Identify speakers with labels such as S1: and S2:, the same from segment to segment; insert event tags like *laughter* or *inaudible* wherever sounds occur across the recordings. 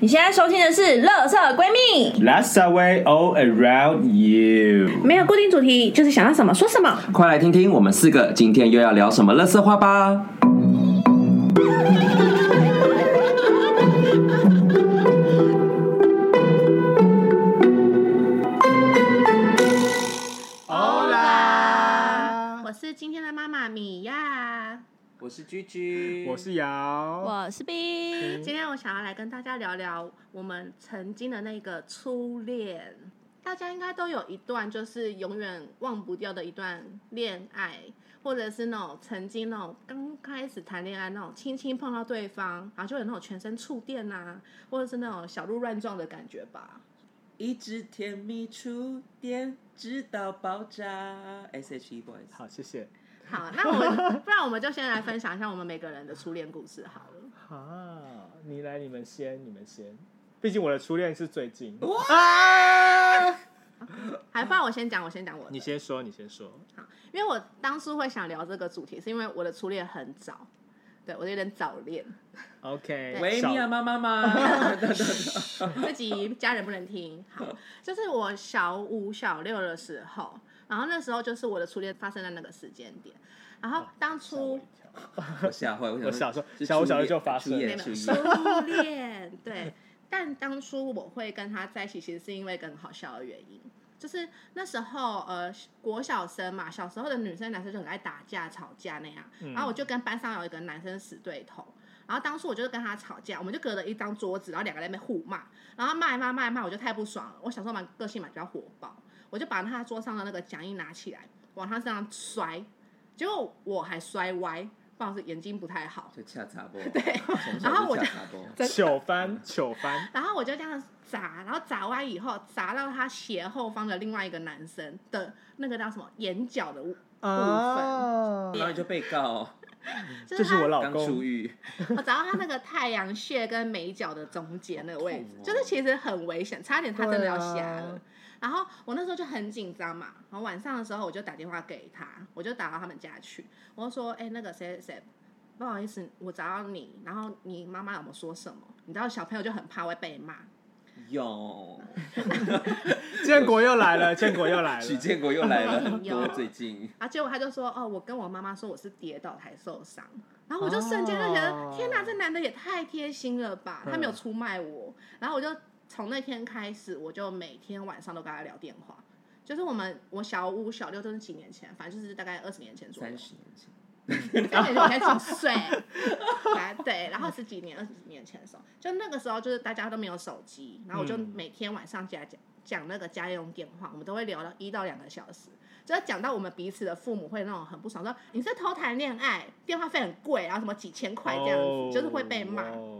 S1: 你现在收听的是《乐色闺蜜》，
S2: Let's away all around you。
S1: 没有固定主题，就是想要什么说什么。
S3: 快来听听我们四个今天又要聊什么乐色话吧！
S1: 我是今天的妈妈米娅，
S3: 我是居居，
S2: 我是瑶，
S4: 我是冰，
S1: 今天我想要来跟大家聊聊我们曾经的那个初恋。大家应该都有一段就是永远忘不掉的一段恋爱，或者是那种曾经那种刚开始谈恋爱那种轻轻碰到对方，然后就有那种全身触电啊，或者是那种小鹿乱撞的感觉吧。
S3: 一直甜蜜触电，直到爆炸。S H E Boys，
S2: 好，谢谢。
S1: 好，那我
S2: *laughs*
S1: 们不然我们就先来分享一下我们每个人的初恋故事好了。
S2: 好，你来，你们先，你们先。毕竟我的初恋是最近。
S1: 还不然我先讲，我先讲我的
S2: 你先说，你先说。
S1: 因为我当初会想聊这个主题，是因为我的初恋很早，对我有点早恋，
S2: OK。
S3: 喂，
S2: 小
S3: 米娅妈妈吗？
S1: 自己家人不能听。好，就是我小五、小六的时候，然后那时候就是我的初恋发生在那个时间点。然后当
S2: 吓
S1: 初
S2: 我一跳
S3: 我吓坏，我
S2: 我
S3: 想
S2: 小
S3: 说
S2: 时候
S3: 是
S2: 小我
S3: 初
S2: 小时候
S3: 恋
S2: 就发
S3: 初
S2: 生
S1: 没有
S3: 恋初
S1: 初
S3: 一，
S1: 恋，对。但当初我会跟他在一起，其实是因为更好笑的原因，就是那时候呃国小生嘛，小时候的女生男生就很爱打架吵架那样，
S2: 嗯
S1: 然啊后我就跟班上有一个男生死对头。然后当初我就是跟他吵架，我们就隔着一张桌子，然后两个人在那边互骂，然后骂一骂骂一骂，我就太不爽了。我小时候蛮个性嘛，比较火爆，我就把他桌上的那个讲义拿起来往他身上摔，结果我还摔歪，不好意思，眼睛不太好，
S3: 就恰查波。对，
S1: 然后我就
S3: 恰查波。
S1: *laughs*
S2: 糗翻，糗翻。
S1: 然后我就这样砸，然后砸完以后砸到他斜后方的另外一个男生的那个叫什么眼角的部部分，
S2: 啊，
S3: 然后你就被告
S1: 就是
S2: 这是我
S1: 他
S2: 老
S3: 刚出
S2: 公。
S3: 狱，
S1: 我砸哦到他那个太阳穴跟眉角的中间那个位置，就是其实很危险，差点他真的要瞎了。
S2: 哦对啊
S1: 然后我那时候就很紧张嘛，然后晚上的时候我就打电话给他，我就打到他们家去，我就说，哎、那个谁谁谁，不好意思，我找到你，然后你妈妈有没有说什么？你知道小朋友就很怕会被骂，
S3: 有
S2: 建国又来了，建国
S1: *laughs*
S2: 又来
S3: 许
S2: 了。
S3: 建国又来了，很
S1: 有
S3: 多最
S2: *laughs*
S3: 近。
S1: 啊，结果他就说，哦，我跟我妈妈说我是跌倒才受伤，然后我就瞬间就觉得，
S2: 哦
S1: 天哪，这男的也太贴心了吧，他没有
S2: 嗯
S1: 出卖我，然后我就从那天开始，我就每天晚上都跟他聊电话。就是我们，我小五、小六都是几年前，反正就是大概二十年前左右
S3: 三，十年前，
S1: 三十年前才几岁，反正对，然后十几年、二十几年前的时候，就那个时候就是大家都没有手机，然后我就
S2: 嗯
S1: 每天晚上家讲讲那个家用电话，我们都会聊到一到两个小时，就是讲到我们彼此的父母会那种很不爽，说你是偷谈恋爱，电话费很贵，然后什么几千块这样子，
S2: 哦
S1: 就是会被骂。
S2: 哦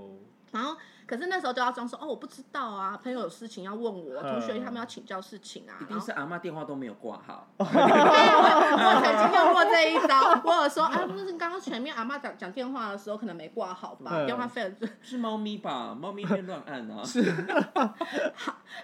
S1: 然后可是那时候都要装说哦我不知道啊，朋友有事情要问我，
S2: 嗯
S1: 同学他们要请教事情啊，
S3: 一
S1: 然
S3: 定
S1: 后
S3: 是阿妈电话都没有挂号。
S1: *laughs*
S2: 哦
S1: 我曾经用过这一招，我有说啊，不是刚刚前面阿妈讲讲电话的时候可能没挂好吧，
S2: 嗯
S1: 电话费了就。
S3: 是猫咪吧？猫咪会乱按
S2: *laughs*
S3: 啊。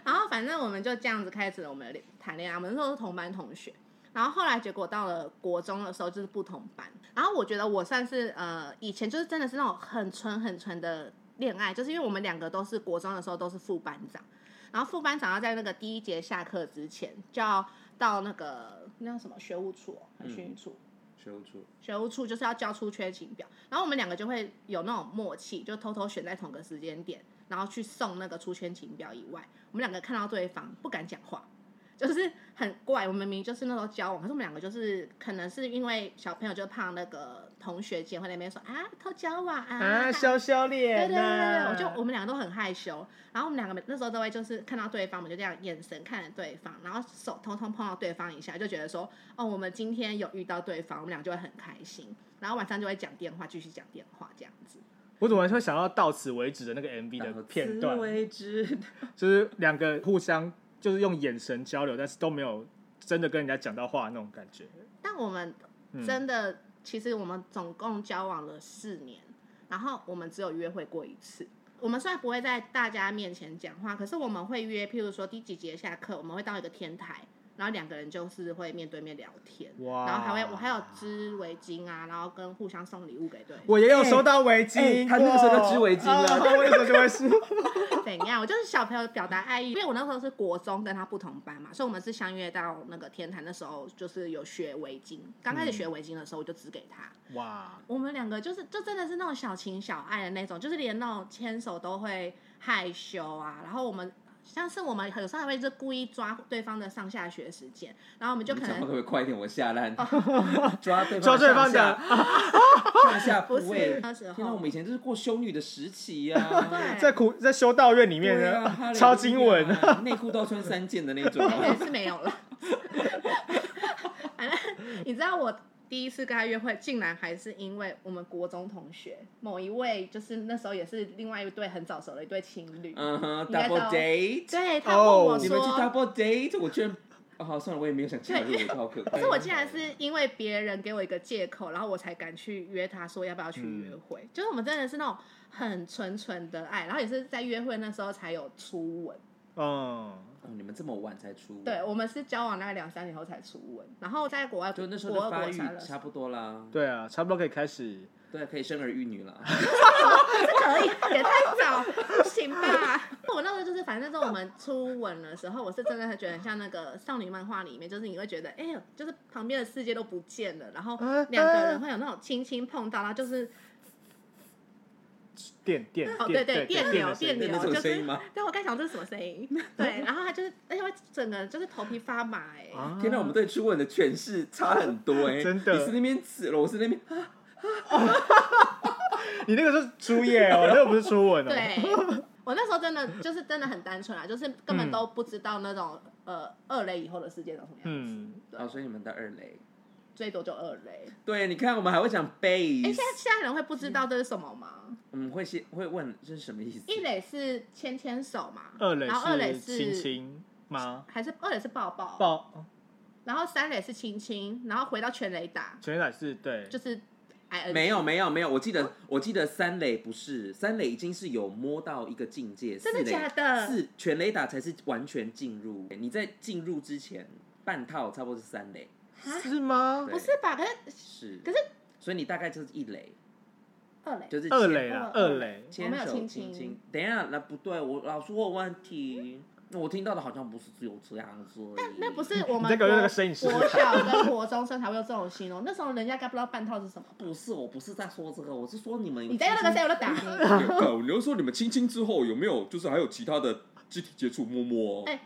S1: 然后反正我们就这样子开始我们的恋谈恋爱，我们那时候是同班同学。然后后来结果到了国中的时候就是不同班，然后我觉得我算是呃以前就是真的是那种很纯很纯的恋爱，就是因为我们两个都是国中的时候都是副班长，然后副班长要在那个第一节下课之前就要到那个那叫什么学务处、哦、还是训育处，
S3: 收住。
S1: 学务处就是要交出缺勤表，然后我们两个就会有那种默契，就偷偷选在同个时间点，然后去送那个出缺勤表以外，我们两个看到对方不敢讲话，就是很怪。我们明明就是那时候交往，可是我们两个就是可能是因为小朋友就怕那个同学间会在那边说啊偷交往啊，
S2: 啊，
S1: 对
S2: 羞羞
S1: 对
S2: 脸
S1: 对对对，
S2: 呐。
S1: 我就我们两个都很害羞，然后我们两个那时候都会就是看到对方，我们就这样眼神看着对方，然后手通通碰到对方一下，就觉得说哦，我们今天有遇到对方，我们俩就会很开心，然后晚上就会讲电话，继续讲电话这样子。
S2: 我怎么会想到到此为止的那个 MV 的片
S3: 到
S2: 段
S3: 此？为止。
S2: 就是两个互相就是用眼神交流，但是都没有真的跟人家讲到话那种感觉。
S1: 但我们
S2: 嗯
S1: 真的，其实我们总共交往了四年，然后我们只有约会过一次。我们虽然不会在大家面前讲话，可是我们会约，譬如说第几节下课，我们会到一个天台，然后两个人就是会面对面聊天，
S2: 哇
S1: 然后还会我还有织围巾啊，然后跟互相送礼物给对方。
S2: 我也有收到围巾、
S3: 哎他那个时候就织围巾了
S2: 啊我那时候就会织。
S1: 怎样？我就是小朋友表达爱意，因为我那时候是国中跟他不同班嘛，所以我们是相约到那个天坛的时候，就是有学围巾。刚
S2: 嗯
S1: 开始学围巾的时候，我就只给他。
S2: *laughs* 哇，
S1: 我们两个就是就真的是那种小情小爱的那种，就是连那种牵手都会害羞啊。然后我们像是我们有时候还会就故意抓对方的上下学时间，然后我们就
S3: 你
S1: 可
S3: 讲话可不
S1: 能。
S3: 可以快一点？我下烂，抓对方，
S2: 哦抓对方的
S3: 的，上下部
S1: 不是
S3: 位。
S1: 那时候
S3: 天哪，我们以前就是过修女的时期呀，
S1: 对
S2: 在苦在修道院里 *laughs* 面
S3: 对
S2: 呢，
S3: 啊，哈利路亚
S2: 超经文， *laughs*
S3: 内裤都要穿三件的那种。啊
S1: 也是没有了。反正你知道我第一次跟他约会，竟然还是因为我们国中同学某一位，就是那时候也是另外一对很早熟的一对情侣。
S3: 嗯哼
S1: 你应该知
S3: ，double
S1: 道
S3: date，
S1: 对他问我说，
S2: 哦
S3: 你们去 double date，我居然，哦，好，算了，我也没有想加入，
S1: 对
S3: 我超可怕。
S1: 可是我竟然是因为别人给我一个借口，然后我才敢去约他说要不要去
S3: 嗯
S1: 约会。就是我们真的是那种很纯纯的爱，然后也是在约会那时候才有初吻。
S2: 嗯，
S3: 哦，你们这么晚才出，
S1: 对，我们是交往大概两三年后才初吻，然后在国外
S3: 就那时候
S1: 国
S3: 的
S1: 二
S3: 发
S1: 国三
S3: 育
S1: 的时
S3: 差
S1: 候
S3: 不多啦，
S2: 对啊，差不多可以开始。
S3: 对，可以生儿育女
S2: *laughs*
S3: 了。
S1: 可以， *laughs* 也太早，不行吧？ *laughs* 我那时候就是，反正就是我们初吻的时候，我是真的很觉得很像那个少女漫画里面，就是你会觉得，哎、呦，就是旁边的世界都不见了，然后
S3: 啊
S2: 嗯
S1: 两个人会有那种轻轻碰到，然后就是
S2: 电电
S1: 哦对
S2: 电
S1: 对
S2: 电
S1: 电流
S2: 的声音
S1: 电流
S3: 那种
S1: 就是
S3: 声音吗？
S1: 对我刚想这是什么声音？对，然后他就是，而且会整个人就是头皮发麻、哎、
S2: 啊
S3: 天哪，我们对初吻的诠释差很多哎、
S2: 真的
S3: 你是那边紫了，我是那边 *laughs* 啊
S2: 你那个是初夜
S3: *laughs*
S2: 哦，那个不是初吻哦。
S1: 对，我那时候真的就是真的很单纯啊，就是根本都不知道那种、呃二类以后的世界长什么样，
S2: 嗯，
S3: 哦，所以你们的二雷。
S1: 最多就二类。
S3: 对，你看我们还会讲
S1: 哎、
S3: base，
S1: 现在现在人会不知道这是什么吗？
S3: 我们会先会问这是什么意思？
S1: 一垒是牵牵手嘛，
S2: 二垒
S1: 然后二垒是
S2: 亲亲吗？
S1: 还是二垒是抱抱，
S2: 抱
S1: 然后三垒是亲亲，然后回到全垒打
S2: 全垒打是对，
S1: 就是 I N，
S3: 没有没有没有，我记得我记得三垒不是三垒已经是有摸到一个境界，
S1: 真的
S3: 四垒
S1: 假的
S3: 四全垒打才是完全进入，你在进入之前半套差不多是三垒，
S2: 是吗？
S3: 对
S1: 哦不是吧？可是
S3: 是，
S1: 可是
S3: 所以你大概就是一垒，
S1: 二垒
S3: 就是
S2: 二
S3: 牵
S2: 垒啦，
S1: 二
S2: 二
S1: 垒
S2: 垒。
S1: 我
S3: 牵
S1: 没有
S3: 手
S1: 亲
S3: 亲
S1: 亲
S3: 亲。等一下，那不对，我老师我有问题，我听到的好像不是只有这样子而已，但
S1: 那不是我
S2: 你
S1: 们
S2: 这
S1: 国
S2: 个那个声音是
S1: 国
S2: *laughs*
S1: 小跟国中生才会有这种形容，那时候人家该不知道半套是什么。
S3: 不是，我不是在说这个，我是说你们
S1: 你再用那个谁，我就打
S3: *laughs*
S1: 你。
S2: *laughs*
S3: 个，呃你就说你们亲亲之后有没有就是还有其他的肢体接触摸摸
S1: 哎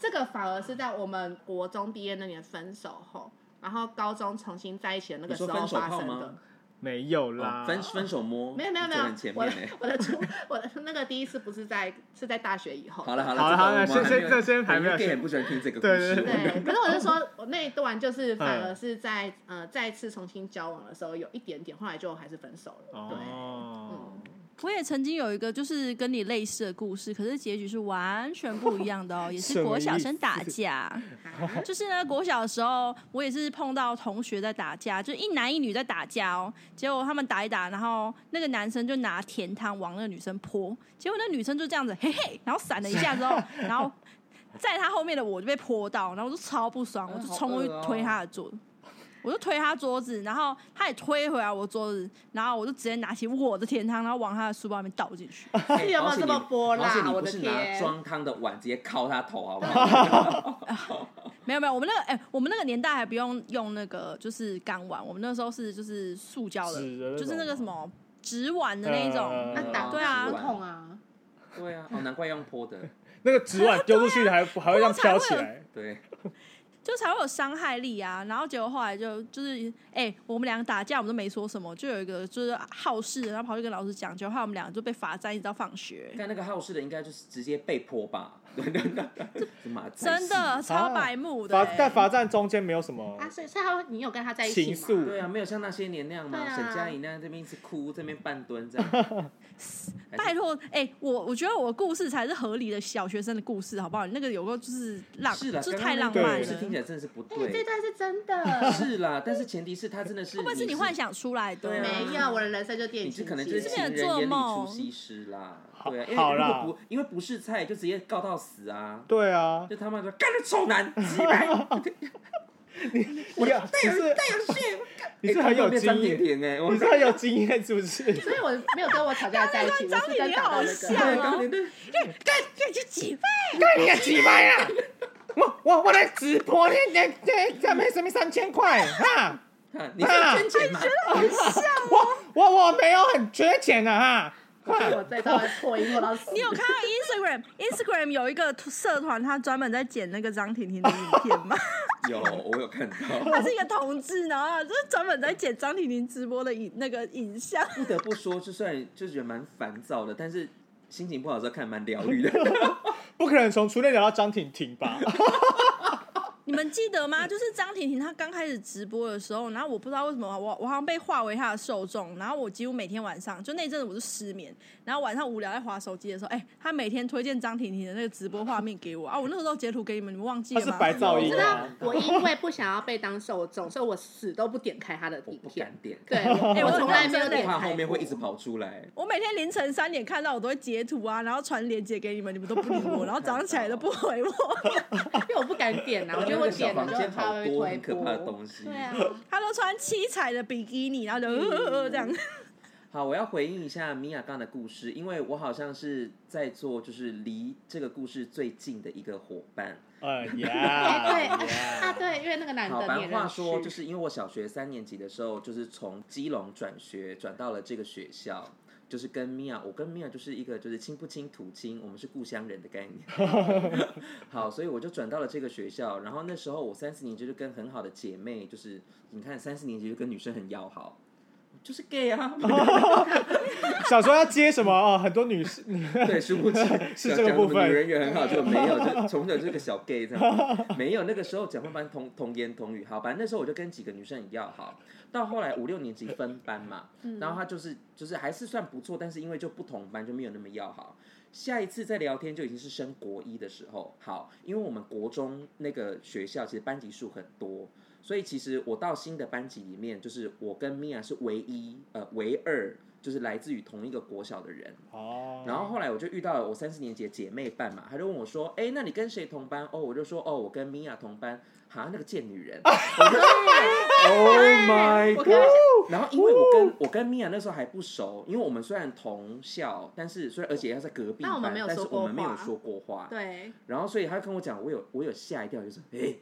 S1: 这个反而是在我们国中毕业那年分手后，然后高中重新在一起的那个时
S3: 你说
S1: 候
S3: 分手
S1: 发
S3: 炮
S1: 生
S3: 吗
S1: 的。
S2: 没有啦
S3: 哦，分分手摸，
S1: 没有没有没有
S3: 走很前，
S1: 我
S3: 面
S1: 的
S3: 呢。
S1: 我的初我的那个第一次不是在是在大学以后。
S3: *laughs* 好了好了
S2: 好了好了
S3: 这个我们
S2: 先先这先还没有
S3: 因为 gay 很不喜欢听这个故
S2: 对
S3: 事，哎
S2: 对
S3: 我
S1: *laughs* 对，
S3: 们
S1: 可是我是说，我那一段就是反
S2: 嗯
S1: 而是在、呃再次重新交往的时候有一点点，后来就还是分手了。
S4: 嗯
S2: 哦，
S4: 我也曾经有一个就是跟你类似的故事，可是结局是完全不一样的哦，也是国小生打架。
S1: 对，
S4: 就是呢，国小的时候，我也是碰到同学在打架，就一男一女在打架哦。结果他们打一打，然后那个男生就拿甜汤往那个女生泼，结果那女生就这样子嘿嘿，然后闪了一下之后，然后在他后面的我就被泼到，然后我就超不爽，
S3: 哎
S4: 我就冲过去
S3: 好恶哦
S4: 推他的桌。我就推他桌子，然后他也推回来我桌子，然后我就直接拿起我的甜汤，然后往他的书包里面倒进
S2: *laughs*
S4: 去。
S3: 哎
S1: 是有没有这么泼辣
S3: 而且你
S1: 我
S3: 不
S1: 的
S3: 是拿
S1: 天
S3: 装汤的碗直接靠他头好不好？
S4: 没有没有，我们那个哎、我们那个年代还不用用那个就是钢碗，我们那时候是就是塑胶的，
S2: 纸的那种呃
S4: 就是那个什么纸碗的那一种。
S3: 哦
S1: 那打
S4: 对啊
S1: 不痛啊，
S3: 对啊，哦，难怪用泼的，
S2: 那个纸碗丢出去 *laughs* 还还会让飘起来，
S3: 对，
S4: 就才会有伤害力啊。然后结果后来就就是，哎、我们俩打架，我们都没说什么，就有一个就是好事，然后跑去跟老师讲，结果后来我们俩就被罚站一直到放学，
S3: 但那个好事的应该就是直接被泼吧？ *laughs* 对对对，这马仔
S4: 真的超白目的、
S2: 罚
S4: 哎
S2: 但罚站中间没有什么
S1: 啊，所以所以他你有跟他在一起
S2: 情
S1: 吗？
S2: 愫，
S3: 对啊，没有像那些年那样
S1: 对
S3: 嘛，
S1: 啊
S3: 沈佳宜那样这边一直哭，这边半蹲这样，
S4: 拜托，哎、我我觉得我的故事才是合理的小学生的故事，好不好？你那个有个就是浪，
S3: 是啦，
S4: 就是
S3: 刚
S4: 太
S3: 刚那
S4: 浪
S3: 个
S4: 漫
S3: 故
S4: 了。
S3: 事听起来真的是不
S1: 哎、这
S3: 对，
S1: 段是真的，
S3: 是啦，但是前提是他真的是，
S4: 会不会是你幻想出来的？
S3: 对啊
S1: 没有，我的人生就电
S3: 你
S1: 影
S3: 是
S1: 情
S3: 可能就
S1: 节
S3: 是情人眼里出西施啦，
S2: 好
S3: 对啊，因为
S2: 好
S3: 如
S2: 啦
S3: 果，不因为不是菜就直接告到死啊，
S2: 对啊，
S3: 就他妈说干这臭男哎鸡
S2: *laughs*
S3: 掰，
S2: 我带
S3: 带有
S2: 是
S3: 带有血，
S2: 你
S3: 哎
S2: 是很有经
S3: 张婷
S2: 验，
S3: 婷哎，我
S2: 你是很有经验是不是？
S1: 所以我没有跟我吵架在一起，
S3: *laughs*
S1: 我是跟打到那
S4: 张婷婷好像
S1: 个。
S3: 对张婷婷
S4: 干干去几倍？
S2: 干你个鸡巴呀！我我我来直播，你你你这没什么三千块哈？
S1: *laughs*
S3: 看你是
S2: 啊
S3: 圈钱吗？
S2: 我我我没有很缺钱的哈。
S1: 所以我这招破音破到死。
S4: 你有看到 Instagram？Instagram 有一个社团，他专门在剪那个张婷婷的影片
S3: *laughs*
S4: 吗？
S3: 有，我有看到。
S4: 他是一个同志，然后就是专门在剪张婷婷直播的影那个影像。
S3: 不得不说，就算就觉得蛮烦躁的，但是心情不好的时候看蛮疗
S2: *laughs*
S3: 愈的。
S2: 不可能从初恋聊到张婷
S4: *laughs*
S2: 婷吧？
S4: 你们记得
S3: *laughs*
S4: 吗？就是张婷婷她刚开始直播的时候，然后我不知道为什么我我好像被划为她的受众，然后我几乎每天晚上就那一阵子我就失眠，然后晚上无聊在划手机的时候，哎、她每天推荐张婷婷的那个直播画面给我啊，我那时候都截图给你们，你们忘记
S2: 他
S4: 了
S2: 啊是
S4: 吗？
S2: 白噪音
S1: 知道
S2: 啊！
S1: 我因为不想要被当受众，所以我死都不点开他的
S3: 我
S1: 影
S3: 不
S1: 片
S3: 敢。点，
S1: 对，
S4: 哎
S1: 我
S4: 我
S1: 我从来没有
S4: 真的
S1: 点开
S3: 怕
S1: 过。
S3: 后面会一直跑出来。
S4: 我每天凌晨三点看到，我都会截图啊，然后传链接给你们，你们都不理
S3: *laughs*
S4: 我，然后早上起来都不回我。
S1: 因为我不敢点呐、啊，我觉得
S3: 那
S1: 我
S3: 个小
S1: 点了
S3: 房
S1: 就
S3: 间
S1: 很怕
S3: 好
S1: 会被
S3: 多
S1: 推
S3: 很可
S1: 波。
S3: 怕的东西。
S1: 对啊，
S4: 她都穿七彩的比基尼，然后就呃呃呃这样。
S3: 好，我要回应一下米娅刚的故事，因为我好像是在做就是离这个故事最近的一个伙伴。
S2: 哎
S4: *laughs*
S1: 对
S2: 呀，
S1: 啊对，因为那个男
S3: 好，
S1: 的你
S3: 白
S1: 也
S3: 话
S1: 认识
S3: 说，就是因为我小学三年级的时候，就是从基隆转学，转到了这个学校，就是跟米娅，我跟米娅就是一个就是亲不亲土亲，我们是故乡人的概念。好，所以我就转到了这个学校，然后那时候我三四年级就跟很好的姐妹，就是你看三四年级就跟女生很要好，就是 gay 啊，
S2: 想说要接什么哦，很多女士，
S3: *laughs* 对，殊不知
S2: *laughs* 是
S3: 讲
S2: 这个
S3: 讲
S2: 部
S3: 什么
S2: 分
S3: 女人缘很好就没
S2: *laughs*
S3: 有，就从小就是个小 gay 这样，没有那个时候讲话蛮童童言童语，好，反正那时候我就跟几个女生很要好，到后来五六年级分班嘛，然后她就是就是还是算不错，但是因为就不同班就没有那么要好。下一次再聊天就已经是升国一的时候，好，因为我们国中那个学校其实班级数很多，所以其实我到新的班级里面，就是我跟米娅是唯一呃唯二，就是来自于同一个国小的人。
S2: 哦，
S3: 然后后来我就遇到了我三四年级的姐妹班嘛，她就问我说：“哎，那你跟谁同班？”哦，我就说：“哦，我跟米娅同班。”哈，那个贱女
S1: *laughs*
S3: 人我
S1: 哦
S3: 就！Oh my
S1: 我跟她
S3: god！然后因为我跟我跟米娅那时候还不熟，因为我们虽然同校，但是虽然而且要在隔壁
S1: 但哦我们
S3: 班
S1: 没，有
S3: 但
S1: 说
S3: 是
S1: 过
S3: 我们没有
S1: 话
S3: 说过话。
S1: 对
S3: 然后所以她跟我讲，我有我有吓一跳，就是哎，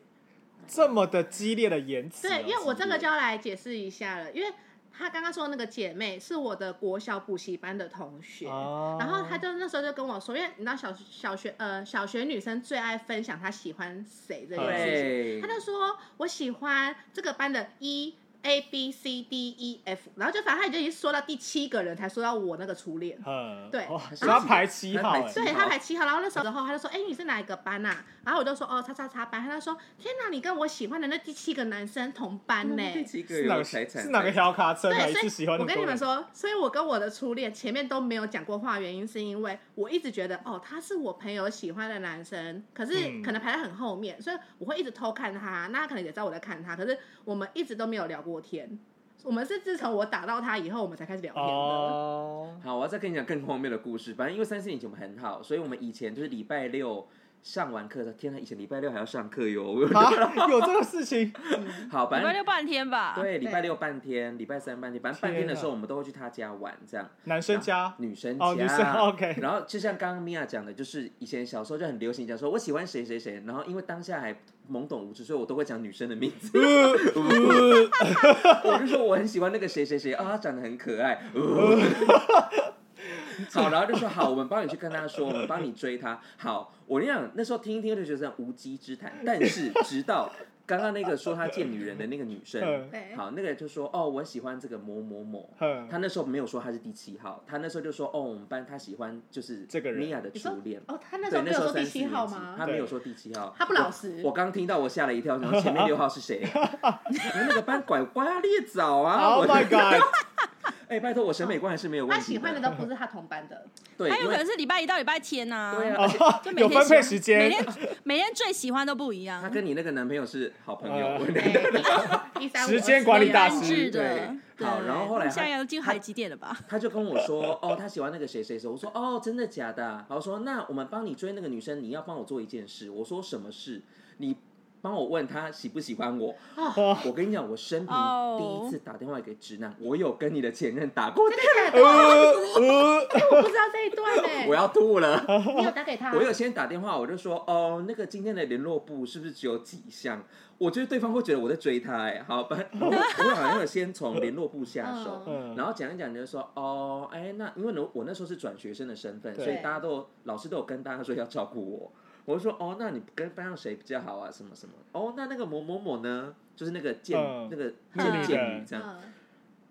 S2: 这么的激烈的言辞，啊
S1: 对，因为我这个
S3: 是啊
S1: 就要来解释一下了，因为她刚刚说的那个姐妹是我的国小补习班的同学。
S2: 哦
S1: 然后她就那时候就跟我说，因为你知道小小学呃小学女生最爱分享她喜欢谁这件事情，
S3: 对
S1: 她，就说我喜欢这个班的一、A B C D E F，然后就反正她就已经说到第七个人才说到我那个初恋，
S2: 嗯，
S1: 对
S2: 哦
S3: 然
S2: 是
S3: 后
S2: 要排七号
S3: 他排
S2: 哎
S3: 七，
S1: 对
S3: 号
S1: 他排七号，然后那时候然后他就说：“哎、你是哪一个班呐、然后我就说：“哦，叉叉叉班。”他就说：“天哪，你跟我喜欢的那第七个男生同班
S3: *laughs*
S1: 呢、
S3: 第几个
S2: 是哪
S3: 有
S2: 个
S3: 财产？
S2: 是哪个小卡车哪
S1: 对，
S2: 一次
S1: 所
S2: 喜
S1: 以
S2: 欢那
S1: 我
S2: 么
S1: 跟你
S2: 多
S1: 们
S2: 人？
S1: 说，所以我跟我的初恋前面都没有讲过话，原因是因为我一直觉得哦，他是我朋友喜欢的男生，可
S2: 嗯
S1: 是可能排在很后面，所以我会一直偷看他，那他可能也知道我在看他，可是我们一直都没有聊过天。我们是自从我打到他以后，我们才开始聊天的。
S2: 哦，
S3: 好，我要再跟你讲更荒谬的故事。反正因为三四年前我们很好，所以我们以前就是礼拜六上完课的，天呐，以前礼拜六还要上课哟。我有
S2: 啊，有这个事情，
S3: *laughs* 好，
S4: 礼 *laughs* 拜
S3: 反正
S4: 六半天吧，
S3: 对礼拜六半天，礼拜三半天，反正半天的时候我们都会去他家玩，这样
S2: 男生家
S3: 女生家。
S2: 哦，女生 *laughs* OK，
S3: 然后就像刚刚米娅讲的，就是以前小时候就很流行讲说我喜欢谁谁谁，然后因为当下还懵懂无知，所以我都会讲女生的名
S2: *laughs*
S3: 字。我就说我很喜欢那个谁谁谁啊，他长得很可爱。 *laughs* 呃好，然后就说好，我们帮你去跟他说，我们帮你追他。好，我跟你讲，那时候听一听就觉得这样无稽之谈，但是直到刚刚那个说他见女人的那个女生
S2: 嗯，
S1: 对
S3: 好，那个就说哦，我喜欢这个某某某。
S2: 哼
S3: 他那时候没有说他是第七号，他那时候就说哦，我们班他喜欢就是
S2: 这个人
S3: 米娅的
S1: 你说
S3: 初恋。
S1: 哦，他那时
S3: 对，
S1: 候
S3: 那
S1: 没
S3: 时
S1: 有
S3: 候
S1: 说
S3: 三
S1: 第
S3: 四年
S1: 七号
S3: 级
S1: 吗，？
S3: 他没
S2: 对
S3: 有说第七号，
S1: 他不老实
S3: 我我刚听到我吓了一跳，然
S1: *laughs*
S3: 后 *laughs* 前面六号是谁？你们那个班拐瓜裂枣啊！
S2: ，Oh
S3: *laughs* 我
S2: my god，
S3: 哎、拜托，我审美观还是没有问
S1: 他
S3: 题。
S1: 喜欢的都不是他同班的，
S3: 对，
S4: 他有
S3: 因
S4: 可
S3: 为
S4: 能是礼拜一到礼拜天呐、
S3: 对
S1: 嗯
S3: 啊，
S2: 哦
S3: 而且
S4: *laughs* 就每
S2: 有
S4: 天
S2: 分配
S4: 喜欢
S2: 时间
S4: 每
S3: *laughs*
S4: 天每天最喜欢都不一样
S3: 他，跟你那个男朋友是好朋
S2: 呃
S3: 友。
S1: 哎一一三五
S2: 时间管理大师
S4: 安置的
S3: 对。好然后后来
S4: 他们现在
S3: 他
S4: 要进海基店了吧？
S3: 他就跟我说， *laughs* 哦，他喜欢那个谁谁谁。我说，哦，真的假的啊、然后说，那我们帮你追那个女生，你要帮我做一件事。我说什么事？你帮我问他喜不喜欢我。
S2: 哦
S3: 我跟你讲，我生平
S4: 哦
S3: 第一次打电话给直男，我有跟你的前任打过电
S1: 真的假
S2: 呃
S1: 的？
S2: 呃，
S1: 我不知道这一段呢、
S3: 话，我要吐了。
S1: 你有打给他？
S3: 我有先打电话，我就说哦，那个今天的联络簿是不是只有几项？我觉得对方会觉得我在追他、哎，好，反我我好像有先从联络簿下手，
S1: 嗯
S2: 嗯
S3: 然后讲一讲，你就说哦，哎，那因为呢，我那时候是转学生的身份，
S2: 对
S3: 所以大家都有老师都有跟大家说要照顾我。我就说哦，那你跟班上谁比较好啊？什么什么？哦，那那个某某某呢？就是那个贱、
S2: 嗯
S3: 那个
S2: 那
S4: 个
S3: 贱
S4: 女
S2: 的
S3: 贱女这样。
S1: 嗯，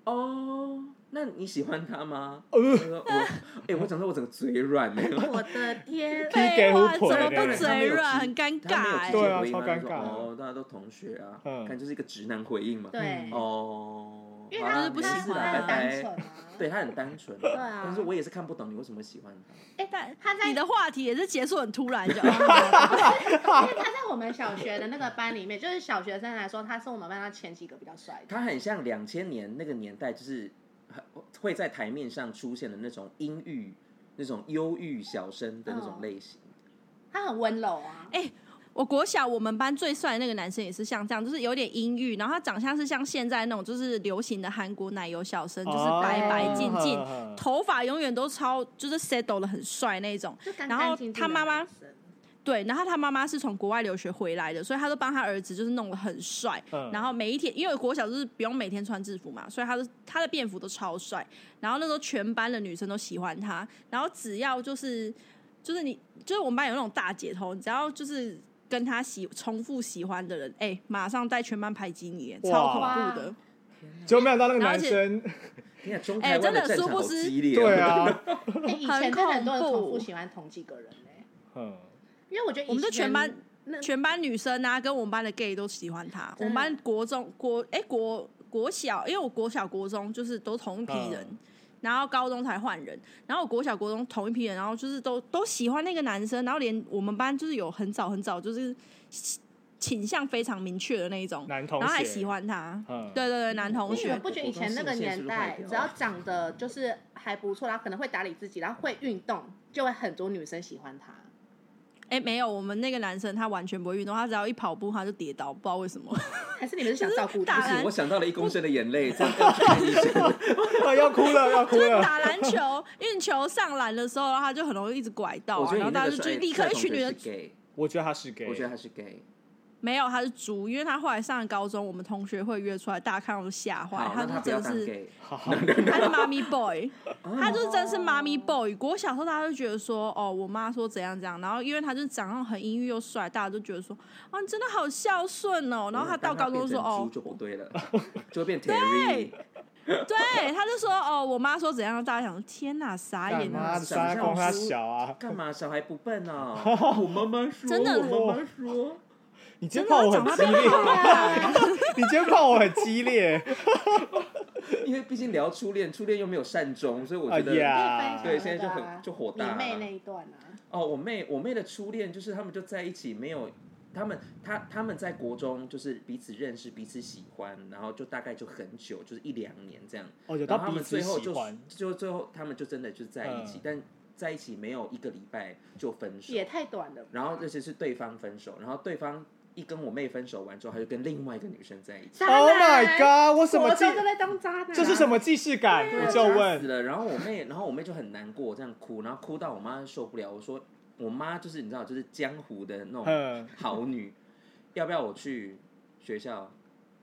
S3: 哦，那你喜欢他吗？
S2: 呃
S3: 我说我，哎、我讲到我整个嘴软呢、
S1: *laughs* 我的天，
S2: 劈给虎腿
S4: 怎么
S2: 当
S4: 不
S2: 然
S3: 他没
S4: 嘴
S3: 有
S4: 软，
S3: 直
S4: 很尴尬
S3: *laughs* 他
S4: 哎、
S3: 没有
S2: 对啊
S3: 直接回应
S2: 超尴
S3: 他就说
S2: 尬
S3: 哦，大家都同学啊，
S2: 嗯
S3: 看就是一个直男回应嘛。
S1: 对，
S3: 哦，
S1: 因为
S3: 嗯好啦
S1: 他
S4: 就是不
S3: 没
S4: 喜
S3: 事啦
S4: 欢啊
S1: 他
S3: 拜
S1: 很单纯
S3: 拜。
S1: 啊。
S3: 对他很单纯，
S1: 对啊
S3: 但是我也是看不懂你为什么喜欢他。
S1: 哎，但他在
S4: 你的话题也是结束很突然，就
S2: *laughs*
S1: 因为他在我们小学的那个班里面，就是小学生来说，他是我们班上前几个比较帅的。
S3: 他很像两千年那个年代，就是很会在台面上出现的那种阴郁、那种忧郁小生的那
S4: 嗯
S3: 种类型。
S1: 他很温柔啊，
S4: 哎我国小我们班最帅的那个男生也是像这样，就是有点阴郁，然后他长相是像现在那种就是流行的韩国奶油小生，就是白白净净，
S2: *laughs* 哦
S4: 头发永远都超就是 settle 的很帅那种。
S1: 就干
S4: 然后
S1: 干净净的
S4: 他妈妈
S1: 男生
S4: 对，然后他妈妈是从国外留学回来的，所以他都帮他儿子就是弄得很帅。
S2: 嗯
S4: 然后每一天，因为国小就是不用每天穿制服嘛，所以他的他的便服都超帅。然后那时候全班的女生都喜欢他，然后只要就是就是你就是我们班有那种大姐头，你只要就是跟他喜重复喜欢的人，哎、马上带全班排挤你耶，超恐
S1: 哇
S4: 怖的。
S2: 就没想到那个
S4: 然后
S2: 男生，
S3: 你看啊中
S4: 哎
S3: 台湾
S4: 真的
S3: 战
S4: 殊
S3: 场
S4: 不
S3: 好
S4: 知
S3: 激烈哦，
S2: 对
S3: *laughs*
S2: 啊，
S1: 哎以前真的很多人
S4: 很恐怖
S1: 重复喜欢同几个人呢、
S2: 嗯，
S1: 因为我觉得以前
S4: 我们就全班
S1: 那
S4: 全班女生啊，跟我们班的 gay 都喜欢他。我
S1: 真的
S4: 们班国中国哎、国国小，因为我国小国中就是都同一批人，
S2: 嗯
S4: 然后高中才换人，然后我国小国中同一批人，然后就是都都喜欢那个男生，然后连我们班就是有很早很早就是倾向非常明确的那一种，
S2: 男同
S4: 然
S2: 学，
S4: 后还喜欢他。
S2: 嗯
S4: 对对对，男同
S1: 因为你
S4: 学
S1: 们不觉得以前那个年代，只要长得就是还不错，然后可能会打理自己，然后会运动，就会很多女生喜欢他。
S4: 哎、没有，我们那个男生他完全不会运动，他只要一跑步他就跌倒，不知道为什么。
S1: 还是你们是想照顾他
S4: 就是？打篮
S3: 我想到了一公升的眼
S4: *laughs*
S3: 泪，真的要去看医生。
S2: 啊 *laughs* 要哭了要哭
S4: 就是
S2: 了，
S4: 打篮球、运球上篮的时候，然后他就很容易一直拐到、
S3: *laughs* 我觉
S4: 啊，然
S3: 得你
S4: 后
S3: 那
S4: 大
S3: 个
S4: 家就就
S3: 帅
S4: 立刻
S3: 帅
S4: 一
S3: 同
S4: 群
S3: 学
S4: 女
S3: 是
S4: 的
S3: gay，
S2: 我觉得他是 gay，
S3: 我觉得他是 gay。
S4: 没有，他是猪，因为他后来上了高中，我们同学会约出来，大家看到都吓坏
S3: 好，，那
S4: 他
S3: 他
S4: 就
S3: 不要
S4: 真
S3: 当
S4: 是
S3: gay。
S2: 好好，
S4: 他
S3: *laughs*
S4: 是妈咪 boy，
S3: 哦
S4: 他就是真是妈咪 boy。国小时候大家就觉得说，哦，我妈说怎样怎样，然后因为他就是长得很阴郁又帅，大家都觉得说，啊，你真的好孝顺哦。然后他到高中说，
S3: 嗯当他变成
S4: 哦
S3: 猪，就不
S4: *laughs*
S3: 对了，就会变 Terry。
S4: 对，他就说，哦，我妈说怎样，大家想说，天哪，傻
S2: 干
S4: 眼
S2: 妈
S4: 啊
S2: 的，
S3: 想象
S2: 杀光他
S3: 出
S2: 小啊！
S3: 干嘛？小孩不
S4: *laughs*
S3: 笨哦。我妈妈说，
S4: 真的
S3: 我妈妈说，
S2: 你今
S4: 真的
S2: 天泡
S4: 他
S2: 我
S4: 长
S2: 很
S4: 大
S2: 激
S4: 变
S2: 烈，
S4: 好啊了。
S2: *laughs* 你今天泡我很激烈，
S3: 因为毕竟聊初恋，初恋又没有善终，所以我
S2: 哎
S3: 觉得。
S2: 呀，
S3: 啊对现在就很就火大
S1: 你
S3: 啊
S1: 妹那一段啊，
S3: 哦，我妹，我妹的初恋就是他们就在一起，没有他们，他他们在国中就是彼此认识，彼此喜欢，然后就大概就很久，就是一两年这样。
S2: 哦，有
S3: 然
S2: 到
S3: 后他
S2: 彼
S3: 们
S2: 此
S3: 最后
S2: 喜
S3: 就
S2: 欢，
S3: 就最后他们就真的就在一起，
S2: 嗯
S3: 但在一起没有一个礼拜就分手。
S1: 也太短了吧。
S3: 然后尤其是对方分手，然后对方一跟我妹分手完之后，他就跟另外一个女生在一起，
S1: 渣
S2: Oh
S1: 男
S2: my god！我什么
S1: 国
S2: 记？
S1: 中都在当渣男，啊
S2: 这是什？么既视感？
S3: 对啊
S2: 我就
S3: 吓死
S2: 问，
S3: 了。然后我妹，然后我妹就很难过，这样哭，然后哭到我妈受不了。我说，我妈就是你知道，就是江湖的那种
S2: 嗯，
S3: 好女，要不要我去学校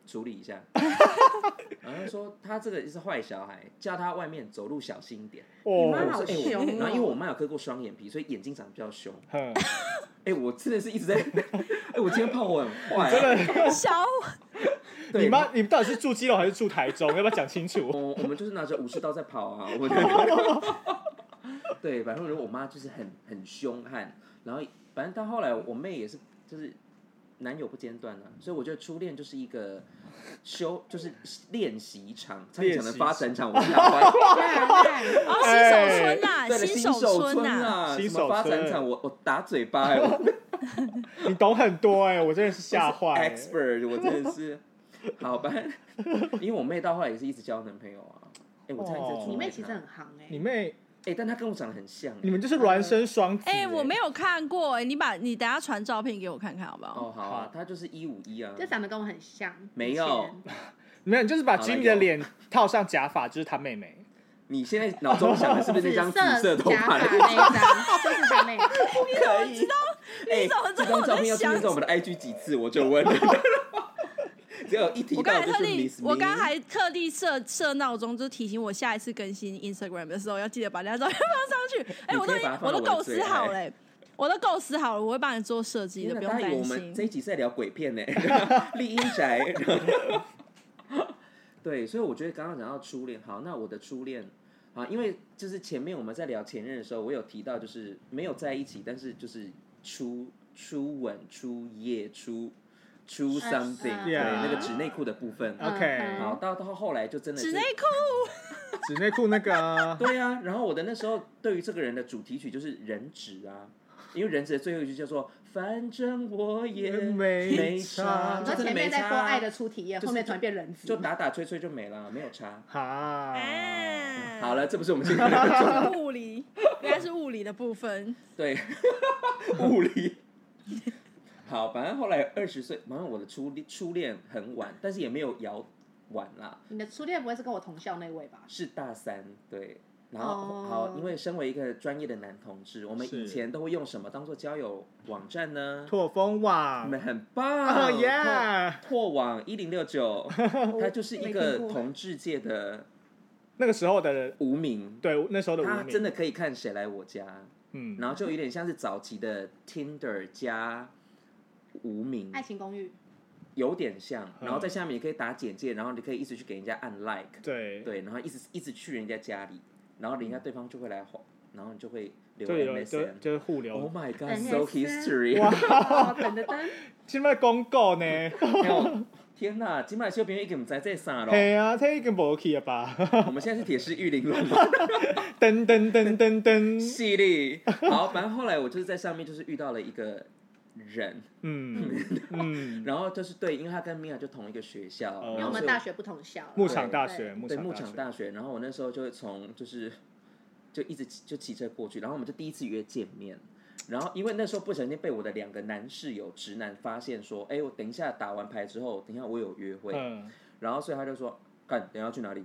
S3: 处理一
S2: *laughs*
S3: 下？然后她说她这个是坏小孩，叫她外面走路小心一点。
S1: 你
S3: 我
S1: 妈
S3: 说
S1: 好
S2: 哦，
S3: 哎我
S1: 凶哦
S3: 然后因为我妈有割过双眼皮，所以眼睛长得比较凶。
S2: 哼，
S3: 哎、我真的是一直在，哎、我今天泡我很坏、啊，
S2: 真的，
S4: 小
S3: 对
S2: 你妈，你到底是住基隆还是住台中？要不要讲清楚？
S3: 我我们就是拿着武士刀在跑啊，我的。对，反正我觉得我妈就是很很凶悍，然后反正到后来我妹也是，就是男友不间断啊，所以我觉得初恋就是一个修，就是练习场，差点讲的发展场，我吓坏。
S4: 哦，新手村呐、
S3: 哎对了，
S4: 新
S3: 手
S4: 村
S3: 村
S4: 呐、
S3: 啊，
S2: 新
S3: 什么
S2: 手
S3: 发展
S2: 村
S3: 场，我我打嘴巴、
S2: *laughs*
S3: 欸，我
S2: 你懂很多哎、我真的是吓坏、欸。
S3: expert，我真的是好吧，因为我妹到后来也是一直交男朋友啊。哎、我差点在
S2: 哦
S3: 出
S1: 你
S3: 卖
S1: 妹其
S3: 她
S1: 实很行哎、
S2: 你妹，
S3: 哎、但她跟我长得很像、
S2: 你
S3: 欸。
S2: 们就是孪生双子、
S4: 哎、
S2: 欸
S4: 我没有看过、哎，你把你等下传照片给我看看好不好？
S3: 哦，好啊，她就是一五一啊。
S1: 就长得跟我很像。
S3: 没有
S1: 以前
S2: 没有，你就是把
S3: 好了
S2: Jimmy
S3: 有
S2: 的脸套上假发，就是他妹妹。
S3: 你现在脑中想的是不是
S4: 哦
S3: 那张紫色头
S1: 假发
S3: 发 *laughs* 的？
S1: 那一张，就是他
S2: *laughs*
S1: 那一张。
S3: 可以。哎、
S4: 你怎么知道
S3: 这张
S4: 我
S3: 照
S4: 在
S3: 片要出
S4: 想
S3: 现在我们的 IG 几次，我就问。 *laughs* 只有一提
S4: 我刚
S3: 到
S4: 才
S3: 就
S4: 特
S3: 是
S4: 地
S3: Miss，
S4: 我刚
S3: Me
S4: 才还特地设设闹钟，就提醒我下一次更新 Instagram 的时候要记得把那张照片放上去。哎、
S3: 你
S4: 我
S3: 可
S4: 都
S3: 以
S4: 已经
S3: 把它
S4: 我
S3: 放到
S4: 都
S3: 我的
S4: 构
S3: 最
S4: 思
S3: 爱
S4: 好了、哎我都构思好了，我会帮你做设计
S3: 天
S4: 的，
S3: 哪
S4: 不用
S3: 大家
S4: 担
S3: 以为我们这
S4: 心。
S3: 一集是在聊鬼片呢、 *laughs* 丽英宅。 *laughs* 对，所以我觉得刚刚讲到初恋，好，那我的初恋啊，因为就是前面我们在聊前任的时候，我有提到就是没有在一起，但是就是初初吻、初夜、初初
S4: 啊
S3: something，、对
S2: Yeah
S3: 那个纸内裤的部分。
S1: 嗯
S2: OK
S3: 好，到到后来就真的是
S4: 纸内裤，
S2: 纸内裤那个啊，
S3: 对啊，然后我的那时候对于这个人的主题曲就是《人质》啊，因为《人质》的最后一句叫做“反正我也
S2: 没
S3: 没
S2: 差
S1: 你
S3: 差”，就
S1: 说
S3: 真
S1: 前
S3: 的没
S1: 面在播爱
S3: 差，
S1: 的初体验，
S3: 就是
S1: 后面突然变人质，
S3: 就打打吹吹就没了，没有差。
S2: 哈，
S4: 哎
S3: 啊
S1: 嗯
S3: 好了，这不是我们今
S1: *laughs*
S3: 天的
S4: 物理，应该是物理的部分。
S3: 对 *laughs* 物理。好，反正后来二十岁，反正我的初恋初恋很晚，但是也没有摇晚啦，
S1: 你的初恋不会是跟我同校那位吧？
S3: 是大三对。然后、
S1: 哦
S3: 好，因为身为一个专业的男同志，我们以
S2: 是
S3: 前都会用什么当做交友网站呢？
S2: 拓风
S3: 你
S2: 网
S3: 们很棒
S2: 啊耶！
S3: 拓拓网一零六
S2: *laughs*
S3: 九，它就是一
S1: 没
S3: 个
S1: 听过
S3: 同志界的
S2: 那个时候的
S3: 无名，
S2: 对那时候的
S3: 它
S2: 无名，
S3: 真的可以看谁来我家，
S2: 嗯，
S3: 然后就有点像是早期的 Tinder 加无名，
S1: 爱情公
S2: *laughs*
S1: 寓，
S3: 有点像，
S2: 嗯
S3: 然后在下面也可以打简介，然后你可以一直去给人家按 like，
S2: 对，
S3: 对，然后一直一直去人家家里，然后人家对方就会来吼，然后你就会留
S2: 就有就
S3: MSN。
S2: 就是互
S3: Oh
S2: 留，
S3: my god,
S1: MSN
S3: so history！ *laughs*
S1: 哦等着灯，
S2: 现在公告呢，
S3: 天哪，今晚小朋友已经不知道在啥了。
S2: 嘿啊，这已经无去了吧？
S3: *laughs* 我们现在是铁狮玉玲珑
S1: *laughs*
S3: 吗？
S2: 噔噔噔噔噔，
S3: 犀利。好，反正后来我就是在上面就是遇到了一个人，
S2: 嗯嗯，
S3: 然后就是对，因为他跟米娅就同一个学校，
S2: 哦
S1: 因为我
S3: 然后
S1: 们
S3: 所以
S1: 大学不同校啦，
S2: 牧场大
S1: 对
S2: 学，牧
S3: 对
S2: 场
S3: 牧
S2: 大
S3: 场
S2: 学
S3: 大学，然后我那时候就会从就是就一直骑就骑车过去，然后我们就第一次约见面。然后，因为那时候不小心被我的两个男室友直男发现，说：“哎，我等一下打完牌之后，等一下我有约会。
S2: 嗯，
S3: 然后，所以他就说：“干，等一下去哪里？”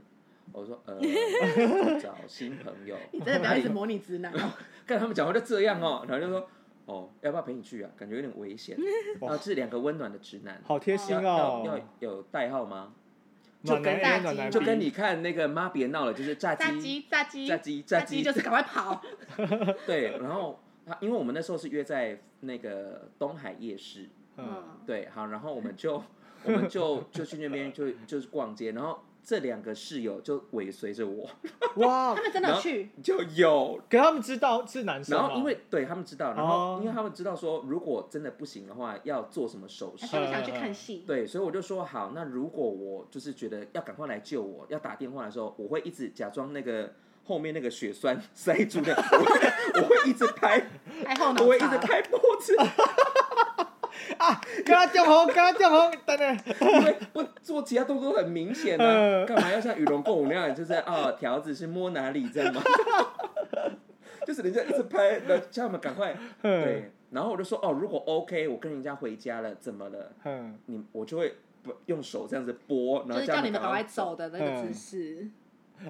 S3: 我说：“
S1: *laughs*
S3: 呃，去找新朋友。”
S1: 你真的不要一直模拟直
S2: 哎
S1: 男哦，
S3: 看他们讲话就这样哦，然后就说哦，要不要陪你去啊？感觉有点危险。然后这是两个温暖的直男，
S2: 好贴心
S3: 要要
S2: 哦，
S3: 要有代号吗？
S2: 暖男 A 暖男 B，
S3: 就跟你看那个妈别闹了，就是炸
S1: 炸
S3: 鸡
S1: 鸡炸鸡
S3: 炸鸡炸
S1: 炸
S3: 鸡
S1: 鸡就是赶快跑，
S3: 对，然后他因为我们那时候是约在那个东海夜市，
S2: 嗯，
S1: 嗯，
S3: 对，好，然后我们
S2: *laughs*
S3: 就我们就就去那边就就是逛街，然后这两个室友就尾随着我，
S2: 哇
S1: 他，们真的有去，
S3: 就有
S2: 可他们知道是男生
S3: 然
S2: 吗，
S3: 后因为对他们知道，然后
S2: 哦
S3: 因为他们知道说，如果真的不行的话，要做什么手
S1: 哎
S3: 势
S1: 他。们想去看戏，
S3: 对，所以我就说好，那如果我就是觉得要赶快来救我，要打电话的时候，我会一直假装那个后面那个血栓 *laughs* 塞住的，我会我会一直拍，
S2: 嗯
S1: 还后脑
S3: 我
S1: 勺，
S3: 会一直拍脖子，
S2: 跟他掉红，跟他掉红，等等，
S3: 因为不做其他动作很明显啊，
S2: 嗯
S3: 干嘛要像与龙共舞那样，就是啊条子是摸哪里这样吗？ *laughs* 就是人家一直拍，然后叫他们赶快
S1: 嗯
S3: 对，然后我就说哦，如果 OK，我跟人家回家了，怎么了？
S2: 嗯，
S3: 你我就会不用手这样子拨，然
S1: 就
S3: 后
S1: 是
S3: 叫
S1: 叫你们赶
S3: 赶
S1: 快
S3: 走
S1: 走。
S3: 嗯
S1: 的那个姿势，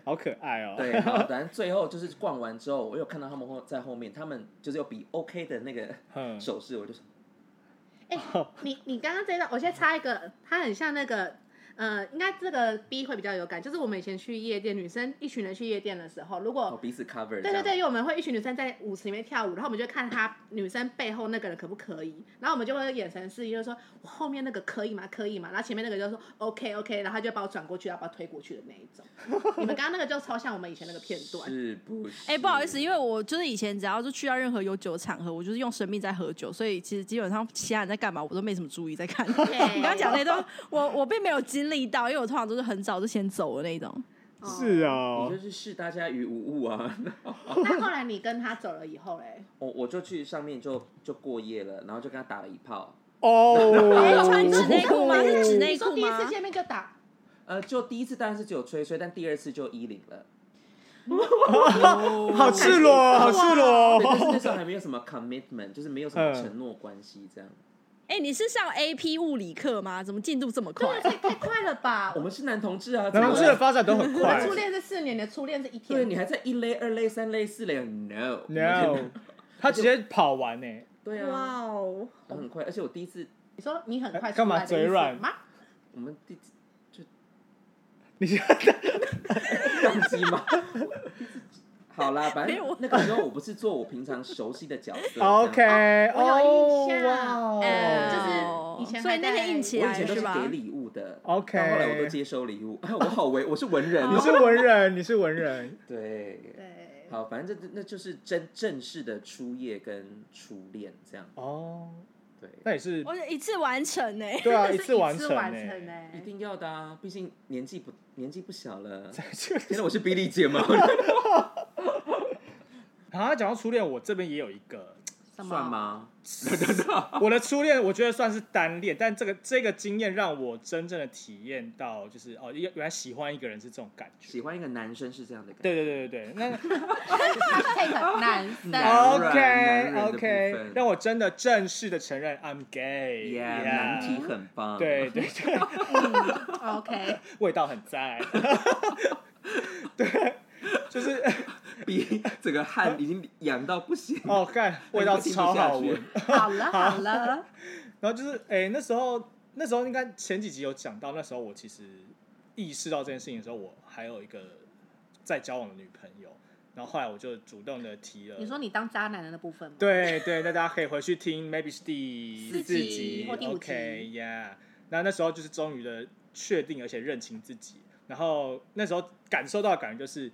S2: 好可爱哦，
S3: 对，
S2: *laughs*
S3: 好，反正最后就是逛完之后，我又看到他们后在后面，他们就是有比 OK 的那个
S2: 嗯，
S3: 手势，我就说
S1: 你你刚刚这一段，我先插一个，他很像那个呃，应该这个 B 会比较有感，就是我们以前去夜店，女生一群人去夜店的时候，如
S3: 哦，
S1: 果
S3: 彼此
S1: 对
S3: cover，这
S1: 对
S3: 样
S1: 对，因为我们会一群女生在舞池里面跳舞，然后我们就看她女生背后那个人可不可以，然后我们就会眼神示意，就是说我后面那个可以吗？可以吗？然后前面那个就说 OK OK，然后他就把我转过去，然后把我推过去的那一种。你们刚刚那个就超像我们以前那个片段，
S3: *laughs* 是不是？
S4: 哎、不好意思，因为我就是以前只要是去到任何有酒的场合，我就是用生命在喝酒，所以其实基本上其他人在干嘛，我都没什么注意在看。 *laughs* 你刚刚讲那段，我我并没有经历到，因为我通常都是很早就先走的那种。
S1: 哦
S2: 是
S3: 你
S2: 哦
S3: 就，是视大家于无物啊。 *laughs*
S1: 哦那后来你跟他走了以后嘞，
S3: 我我就去上面就就过夜了，然后就跟他打了一炮，
S2: 哦，
S4: 穿纸内裤吗是纸内
S1: 你说第一
S4: 内裤
S1: 次
S4: 吗
S1: 见面就打，
S3: 呃，就第一次当然是只有吹吹，但第二次就衣领了。
S2: 好赤裸，好
S3: 对，
S2: 赤
S3: 但是
S2: 裸，
S3: 那时候还没有什么 commitment，就是没有
S2: 嗯
S3: 什么承诺关系这样。
S4: 哎、你是上 A P 物理课吗？怎么进度这么快
S1: 对，？太太快了
S2: *laughs*
S1: 吧
S3: 我？们是男同志啊，
S2: 男同志
S3: 怎么
S2: 的
S3: 了
S2: 发展都很
S1: 我的
S2: 快
S1: 初恋是四年，你的初恋是一
S3: *laughs* 对
S1: 天。
S3: 你还在一类、二类、三类、四类，no
S2: ，no，他直接跑完呢，
S3: 对
S1: *laughs* 哇
S3: 啊，
S1: 哦！
S3: 然后很快，而且我第一次
S1: 你说你很快
S2: 干嘛
S1: 出来的
S2: 嘴
S1: 意思
S2: 软
S1: 吗？
S3: 我们第一次
S2: 你是
S3: 宕机吗？好啦，反
S4: 没有
S3: 正
S4: 我
S3: 那个时候我不是做我平常熟悉的角色这样
S2: OK，
S1: 我有印象
S2: 哦，
S4: 呃
S1: 就是以前
S4: 所以
S1: 还
S4: 那天
S1: 在
S4: 硬起
S3: 我以
S4: 来
S3: 前都
S4: 是
S3: 是
S4: 吧
S3: 给？礼物的
S2: OK
S3: 到后来我都接收礼物。 *laughs* 我好文，我是文人。哦
S2: 你是文人，你是文人，
S3: 对，
S1: 对，
S3: 好，反正这那就是真正式的初夜跟初恋这样。
S2: 哦，
S3: 对，
S2: 那也是
S4: 我一次完成呢、哎
S2: 对啊，
S1: 这
S2: 一
S1: 是
S2: 次完
S1: 成
S2: 成
S1: 成
S2: 呢，
S1: 欸
S3: 一定要的啊，毕竟年纪不年纪不小
S2: *laughs*
S3: 了。
S2: 这
S3: 天哪，我是比利
S4: *laughs*
S3: 姐吗？
S2: 然后讲到初恋，我这边也有一个，
S1: 什么
S3: 算？吗？
S2: 我的初恋我觉得算是单恋，但这个这个经验让我真正的体验到，就是哦，原原来喜欢一个人是这种感觉。
S3: 喜欢一个男生是这样的感觉。
S2: 对对对对对，
S3: *laughs*
S2: 那
S1: take 男
S3: 男
S1: 生，
S3: 人男
S2: OK
S3: 人的部
S2: OK，
S3: 分
S2: 让我真的正式的承认 I'm gay，
S3: Yeah，男体很棒。
S2: 对对对，
S3: 嗯
S1: OK，
S2: 味道很在，对，就是
S3: *laughs* 比整个汗已经痒到不行。
S2: *laughs* 哦，看味道超好 *laughs*
S3: 听不
S2: 闻
S3: 下。
S1: 好了好了，
S2: 然后就是，哎、那时候那时候应该前几集有讲到，那时候我其实意识到这件事情的时候，我还有一个在交往的女朋友，然后后来我就主动的提了。
S1: 你说你当渣男的那部分吗？
S2: 对对，那大家可以回
S1: *laughs*
S2: 去听，maybe 是第
S1: 四
S2: 四
S1: 集
S2: 集
S1: 或第五集
S2: ，OK，yeah。那那时候就是终于的确定，而且认清自己。然后那时候感受到的感觉就是，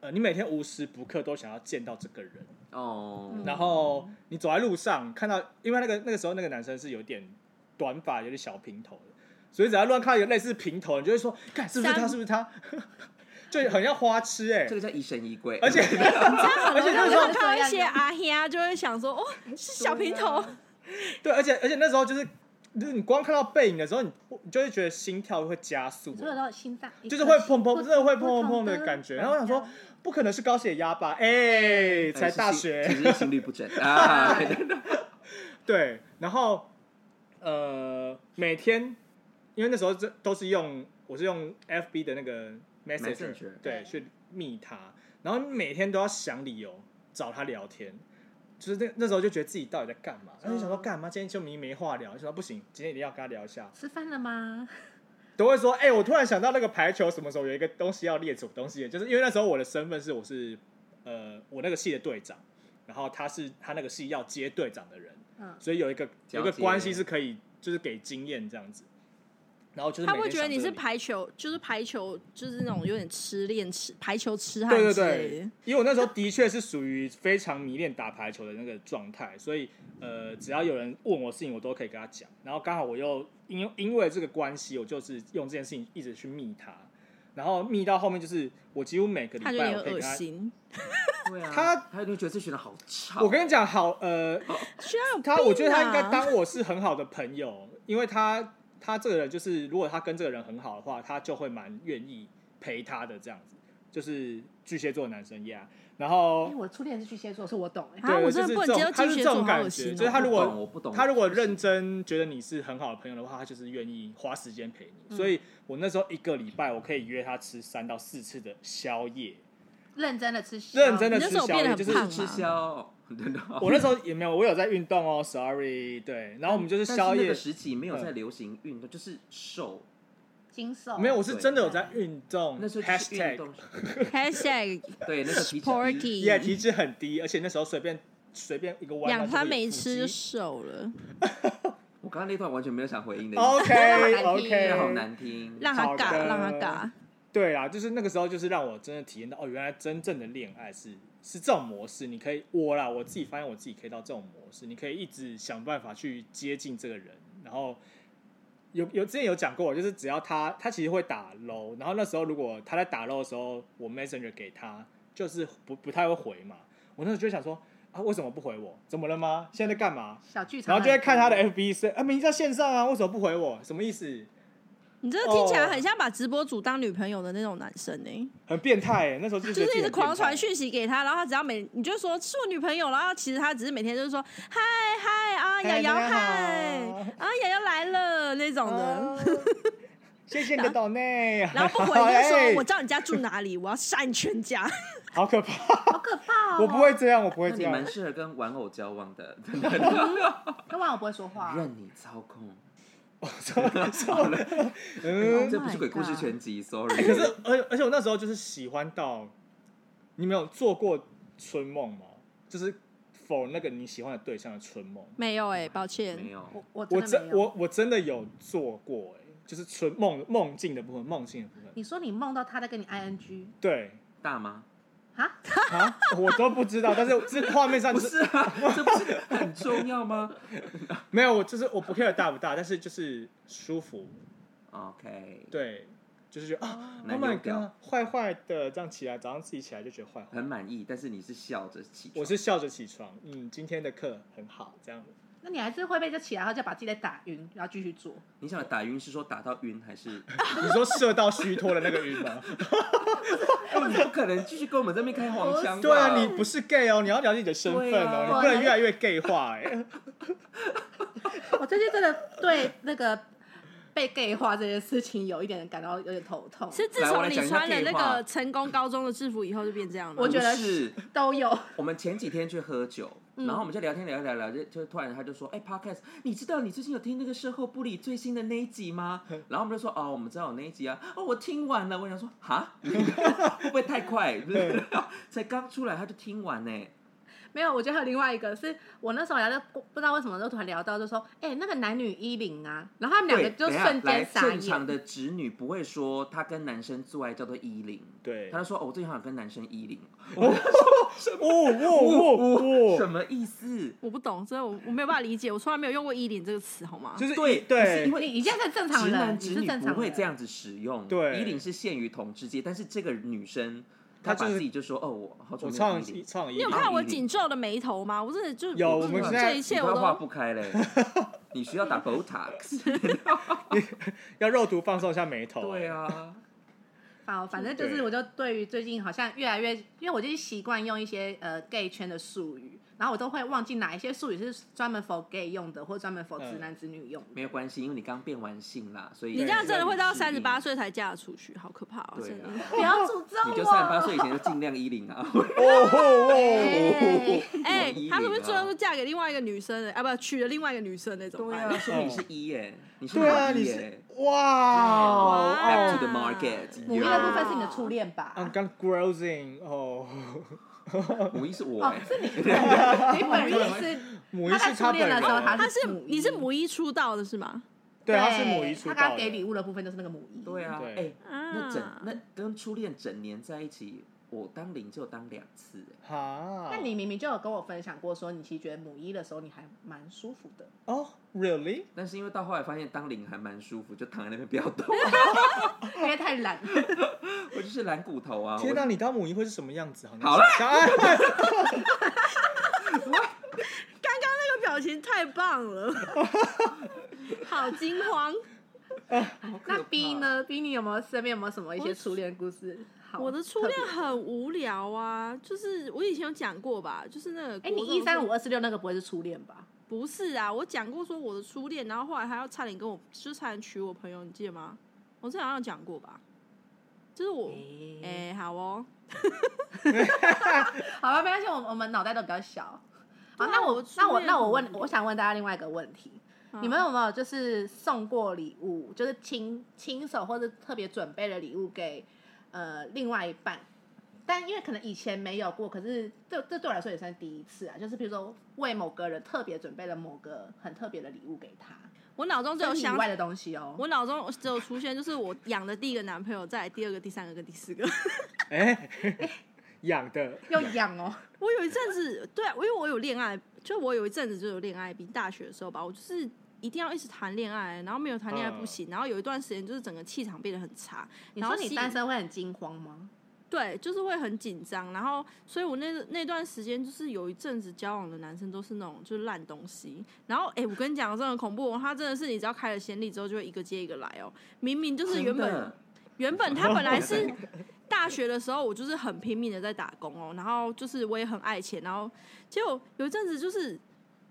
S2: 呃，你每天无时不刻都想要见到这个人，
S3: 哦，
S2: 然后你走在路上看到，因为那个那个时候那个男生是有点短发，有点小平头的，所以只要乱看到有类似平头的，你就会说，看是不是他，
S4: 三
S2: 是不是他， *laughs* 就很像花痴哎、
S3: 这个叫疑神疑鬼，
S2: 而且而且那时
S4: 然
S2: 候
S4: 后看到一些阿黑就会想说，哦，是小平头，
S2: 对，而且而且那时候就是，就是你光看到背影的时候，你你就会觉得心跳会加速欸
S1: 你，说有到心脏，
S2: 就是会砰砰，
S1: 不
S2: 真的会砰砰砰的感觉。然后我想说，不可能是高血压吧？哎，才大
S3: 其实
S2: 学，
S3: 是心律不整 *laughs* 啊。
S2: *laughs* 对。然后呃，每天因为那时候这都是用我是用 FB 的那个 Messenger
S3: Messenger
S2: 对
S1: 对
S2: 去密他，然后每天都要想理由找他聊天。就是那那时候就觉得自己到底在干嘛，然后就想说干嘛？今天就明明没话聊，就说不行，今天一定要跟他聊一下。
S1: 吃饭了吗？
S2: 都会说，哎、我突然想到那个排球什么时候有一个东西要列什么东西，就是因为那时候我的身份是我是呃我那个系的队长，然后他是他那个系要接队长的人，
S1: 嗯
S2: 所以有一个有一个
S3: 交接
S2: 关系是可以就是给经验这样子，然后就是
S4: 他
S2: 每
S4: 会
S2: 天
S4: 觉得
S2: 想
S4: 你
S2: 这
S4: 是
S2: 个
S4: 排球，就是排球，就是那种有点痴恋痴排球痴汉
S2: 对对
S4: 之类
S2: 对
S4: 的。，
S2: 因为我那时候的确是属于非常迷恋打排球的那个状态，所以呃，只要有人问我事情，我都可以跟他讲。然后刚好我又因因为这个关系，我就是用这件事情一直去密他，然后密到后面就是我几乎每个礼
S4: 他就有
S2: 拜
S4: 点
S2: 我可以
S4: 恶
S2: 跟他。
S4: 心，
S3: 对啊，
S2: 他
S3: 他一定觉得这群人好吵。
S2: 我跟你讲，好呃，
S4: 需要有
S2: 他
S4: 病
S2: 我觉得他应该
S4: 啊
S2: 当我是很好的朋友，因为他他这个人就是，如果他跟这个人很好的话，他就会蛮愿意陪他的这样子，就是巨蟹座的男生呀。然后
S1: 哎，我初恋是巨蟹座，是我懂哎。
S4: 啊
S2: 对，
S4: 我
S2: 就
S4: 真的
S2: 是
S4: 不能接
S2: 这种
S4: 受
S2: 他
S4: 巨蟹
S2: 是这
S4: 座
S2: 种
S4: 好恶
S2: 感
S4: 心
S2: 觉，
S4: 哦
S2: 就是他如
S3: 我不懂我
S2: 果
S3: 不懂
S2: 他如果认真觉得你是很好的朋友的话，他就是愿意花时间陪你。
S4: 嗯
S2: 所以我那时候一个礼拜我可以约他吃三到四次的宵夜，
S1: 认真的吃，
S2: 认真的
S4: 你那
S2: 吃
S4: 时候
S2: 宵
S4: 变得很
S2: 夜，就是
S4: 胖啊
S3: 吃宵，真的。哦
S2: 我那时候也没有，我有在运动哦，sorry，对，然后我们就是
S3: 但
S2: 宵
S3: 那
S2: 夜嗯
S3: 个，时期没有在流行运动，就是瘦。
S1: 金手
S2: 没有，我是真的有在运动。
S3: 那时候就是
S2: hashtag
S3: 运动，
S4: ，#hashtag
S3: 对，那个体脂
S4: sporty，
S2: 也体脂很低，而且那时候随便随便一个嗯弯，
S4: 两餐没
S2: 它
S4: 吃
S2: 就
S4: 就
S2: 有腹肌。
S4: 瘦了，
S3: 我刚刚那段完全没有想回应的
S4: *laughs*
S3: 意思，
S2: OK
S3: 这
S2: 哦 OK，
S3: 好。难听。
S4: 让他
S2: 好
S4: 尬，
S2: 的
S4: 让他尬。
S2: 对啦，就是那个时候，就是让我真的体验到，哦，原来真正的恋爱是是这种模式。你可以我啦，我自己发现我自己可以到这种模式，你可以一直想办法去接近这个人，然后。有有之前有讲过，就是只要他他其实会打 low，然后那时候如果他在打 low 的时候，我 messenger 给他就是不不太会回嘛，我那时候就想说啊为什么不回我？怎么了吗？现在在干嘛？
S1: 小剧场，
S2: 然后就在看他的 FB 是啊，明明在线上啊，为什么不回我？什么意思？
S4: 你这个听起来
S2: 哦
S4: 很像把直播主当女朋友的那种男生呢、
S2: 很变态、欸，那时候
S4: 就
S2: 就觉得自
S4: 是
S2: 己
S4: 一直
S2: 很
S4: 狂传
S2: 变态
S4: 讯息给他，然后他只要每你就说是我女朋友，然后其实他只是每天就是说嗨嗨啊瑶
S2: 嗨
S4: 瑶
S2: 大家
S4: 嗨
S2: 好啊
S4: 啊瑶瑶来了那种的，
S2: 哦谢谢你的岛内，
S4: 然后不回就说
S2: *laughs* 哎
S4: 我知道你家住哪里，我要杀你全家。
S2: 好可怕，
S1: 好可怕哦！
S2: 我不会，这样，我不会
S3: 那
S2: 这
S3: 你
S2: 样
S3: 蛮，适合跟玩偶交往的，
S2: *laughs*
S1: 要不然我不会说话。
S3: 任你操控。
S1: Oh
S2: 错了，嗯，
S3: 哦
S4: Oh
S3: 这不是鬼故事全集，sorry。
S2: 哎可是而而且我那时候就是喜欢到，你没有做过春梦吗？就是否那个你喜欢的对象的春梦，
S4: 没有哎、抱歉，
S3: 没有，
S1: 我我
S2: 我
S1: 真的没有。
S2: 我我真的有做过、哎，就是春梦梦境的部分，梦境的部分，
S1: 你说你梦到他在跟你 ing
S2: 对
S3: 大吗？
S1: 啊？
S2: 啊，我都不知道，但是这画面上
S3: 不
S2: 就是
S3: 是啊， *laughs* 这不是很重要吗
S2: 没有，我就是我不 care 大不大，但是就是舒服，
S3: ？OK，
S2: 对，就是觉得啊
S3: 难
S2: ，Oh
S3: 用
S2: my
S3: 掉
S2: god，坏坏的，这样起来，早上自己起来就觉得坏坏
S3: 很。满意，但是你是笑着起床。
S2: 我是笑着起床，嗯，今天的课很好，这样。
S1: 那你还是会被这起来，然后再把自己再打晕，然后继续做。
S3: 你想打晕是说打到晕还是？ *laughs*
S2: 你说射到虚脱的那个晕吗？
S3: 你不可能继续跟我们这边开黄腔吧。
S2: *laughs* 对啊，你不是 gay 哦，你要了解你的身份
S3: 对
S2: 哦，
S3: 啊
S2: 你不能越来越 gay 化哎、
S1: 我最近真的对那个被 gay 化这件事情有一点感到有点头痛，
S4: 是自
S3: 来我
S4: 从
S3: 来
S4: 你
S3: 讲一下
S4: 穿了
S3: 废
S4: 那
S3: 话
S4: 个成功高中的制服以后就变这样了。
S1: 我
S3: 不
S1: 觉得
S3: 是。
S1: 都有。
S3: 我们前几天去喝酒，然后我们
S1: 嗯
S3: 就聊天聊一聊聊，就就突然他就说：“哎、p o d c a s t 你知道你最近有听那个售后不理最新的那一
S1: *laughs*
S3: 集吗？”然后我们就说：“哦，我们知道有那一集啊。”哦，我听完了，我想说：“哈， *laughs* 会不会太快？就是 *laughs* 才刚出来他就听完呢。
S1: 没有，我觉得还有另外一个是我那时候聊到不不知道为什么就突然聊到，就说哎、那个男女一零啊，然后他”们两
S3: 对，
S1: 个就
S3: 等一下
S1: 瞬
S3: 来
S1: 间傻
S3: 正常
S1: 眼。
S3: 的直女不会说她跟男生做爱叫做依零，
S2: *laughs* 对，
S3: 她就说：“哦，我最近好像跟男生依零，
S2: 哦哦
S3: 什
S2: 哦
S3: 么意思？”
S4: 我不懂，所以我我没有办法理解，我从来没有用过“依零”这个词，好吗？
S2: 就是
S3: 对是
S2: 对
S3: 因为
S1: 你你现在是正常
S3: 直
S1: 人，
S3: 男
S1: 你
S3: 直
S1: 是
S3: 女
S1: 正
S3: 不
S1: 常
S3: 会
S1: 人
S3: 这。样子使用，
S2: 对
S3: 衣领是限于同志界，但是这个女生她
S2: 她
S3: 把
S2: 就是
S3: 自己就说哦，我好久
S2: 我
S3: 没有
S2: 唱
S3: 衣领，
S2: 唱一
S4: 你有
S3: 看
S4: 看我
S3: 依零
S4: 紧皱的眉头吗？我真的就是
S2: 有
S4: 我
S2: 我们现在
S4: 这一切
S3: 你
S4: 我
S3: 快化
S4: 都
S3: 不开
S2: *laughs*
S3: 嘞，你需要打
S4: *laughs*
S3: Botox，啊
S2: 要肉毒放松一下眉头、欸
S3: 对，啊，
S1: 好，反正就是
S2: 嗯对
S1: 我就对于最近好像越来越，因为我就是习惯用一些呃 gay 圈的术语，然后我都会忘记哪一些术语是专门 for gay 用的，或专门 for
S2: 嗯
S1: 直男直女用的。
S3: 没有关系，因为你刚变完性啦，所以
S4: 你这样真的会到三十八
S3: 岁，
S4: 岁才嫁得出去，好可怕哦！
S3: 对
S4: 真的。
S3: 啊，
S1: 不要诅咒我！
S3: 你就三十八岁以前就尽量衣领啊，
S2: 哦哦
S1: 哎
S4: 哎、
S3: 我依
S4: 他
S3: 零
S4: 是不是
S3: 啊
S4: 最后都嫁给另外一个女生了？啊，不，娶了另外一个女生那种。
S3: 对啊，说明你是一耶，你是
S2: 对啊，
S3: 女
S2: 你
S3: 一
S2: 是
S3: 耶
S2: 哇
S3: ，Back
S2: 哦
S3: to the market，
S1: 母一的部分是你的初恋吧？
S2: ，I'm gonna grousing 哦，
S3: 母一是我
S1: 哦
S3: 耶，，
S1: 是你本人， *laughs* 你本人是
S2: 母一是
S1: 他在初
S2: 本
S1: 恋的
S2: 人
S1: 时候，他
S4: 他是
S1: 母一
S4: 你是母一出道的是吗？
S2: 对，他是母一出
S1: 他
S2: 道
S1: 刚
S2: 的
S1: 刚给礼物的部分就是那个母一。
S3: 对啊，
S2: 对
S3: 哎，那整
S4: 啊，
S3: 那跟初恋整年在一起，我当零就当两次、哎
S2: 哈，
S1: 那你明明就有跟我分享过，说你其实觉得母一的时候你还蛮舒服的。
S2: 哦、r e a l l y
S3: 但是因为到后来发现当零还蛮舒服，就躺在那边不要动，啊
S4: *laughs*
S1: 因为太懒，
S2: *laughs*
S3: 我就是懒骨头啊。
S2: 天哪，
S3: 我
S2: 你当母一会是什么样子？好
S3: 好
S2: 了，哎
S4: 刚刚那个表情太棒
S1: *laughs*
S4: 了，好惊慌！
S3: 好可怕
S1: 那 B？呢？B 你有没有身边有没有什么一些初恋故事？好
S4: 我的初恋
S1: 特别
S4: 很无聊啊，就是我以前有讲过吧，就是那个
S1: 哎，你
S4: 国中的
S1: 一三
S4: 时候
S1: 五二四六那个不会是初恋吧？
S4: 不是啊，我讲过说我的初恋，然后后来他要差点跟我，就是差点娶我朋友，你记得吗？我之前好像有讲过吧，就是我，
S1: 哎，
S4: 哎、好哦，
S1: 好吧，没关系，我们我们脑袋都比较小。好，
S4: 对啊
S1: 哦那
S4: 我
S1: 我
S4: 初
S1: 那我
S4: 恋
S1: 那我
S4: 很
S1: 问，我想问大家另外一个问题，
S4: 嗯
S1: 你们有没有就是送过礼物，就是亲亲手或者特别准备的礼物给呃另外一半？但因为可能以前没有过，可是这这对我来说也算第一次啊。就是比如说为某个人特别准备了某个很特别的礼物给他，
S4: 我脑中只有
S1: 这是以
S4: 想
S1: 外的东西哦。
S4: 我脑中只有出现就是我养的第一个男朋友，再来第二个、第三个跟第四个。
S2: *laughs* 哎，养的
S1: 又痒哦，
S4: 我有一阵子，对啊，因为我有恋爱，就我有一阵子就有恋爱病，大学的时候吧，我就是一定要一直谈恋爱，然后没有谈恋爱不行，然后有一段时间就是整个气场变得很差，
S1: 你
S4: 然后
S1: 说你
S4: 吸
S1: 单身会很惊慌吗？
S4: 对，就是会很紧张，然后所以我那那段时间就是有一阵子交往的男生都是那种就是烂东西，然后哎、我跟你讲，真的很恐怖哦，他真的是你只要开了先例之后，就会一个接一个来哦，明明就是原
S3: 真
S4: 本
S3: 的
S4: 原本他本来
S2: *laughs*
S4: 是大学的时候，我就是很拼命的在打工哦，然后就是我也很爱钱，然后结果有一阵子就是。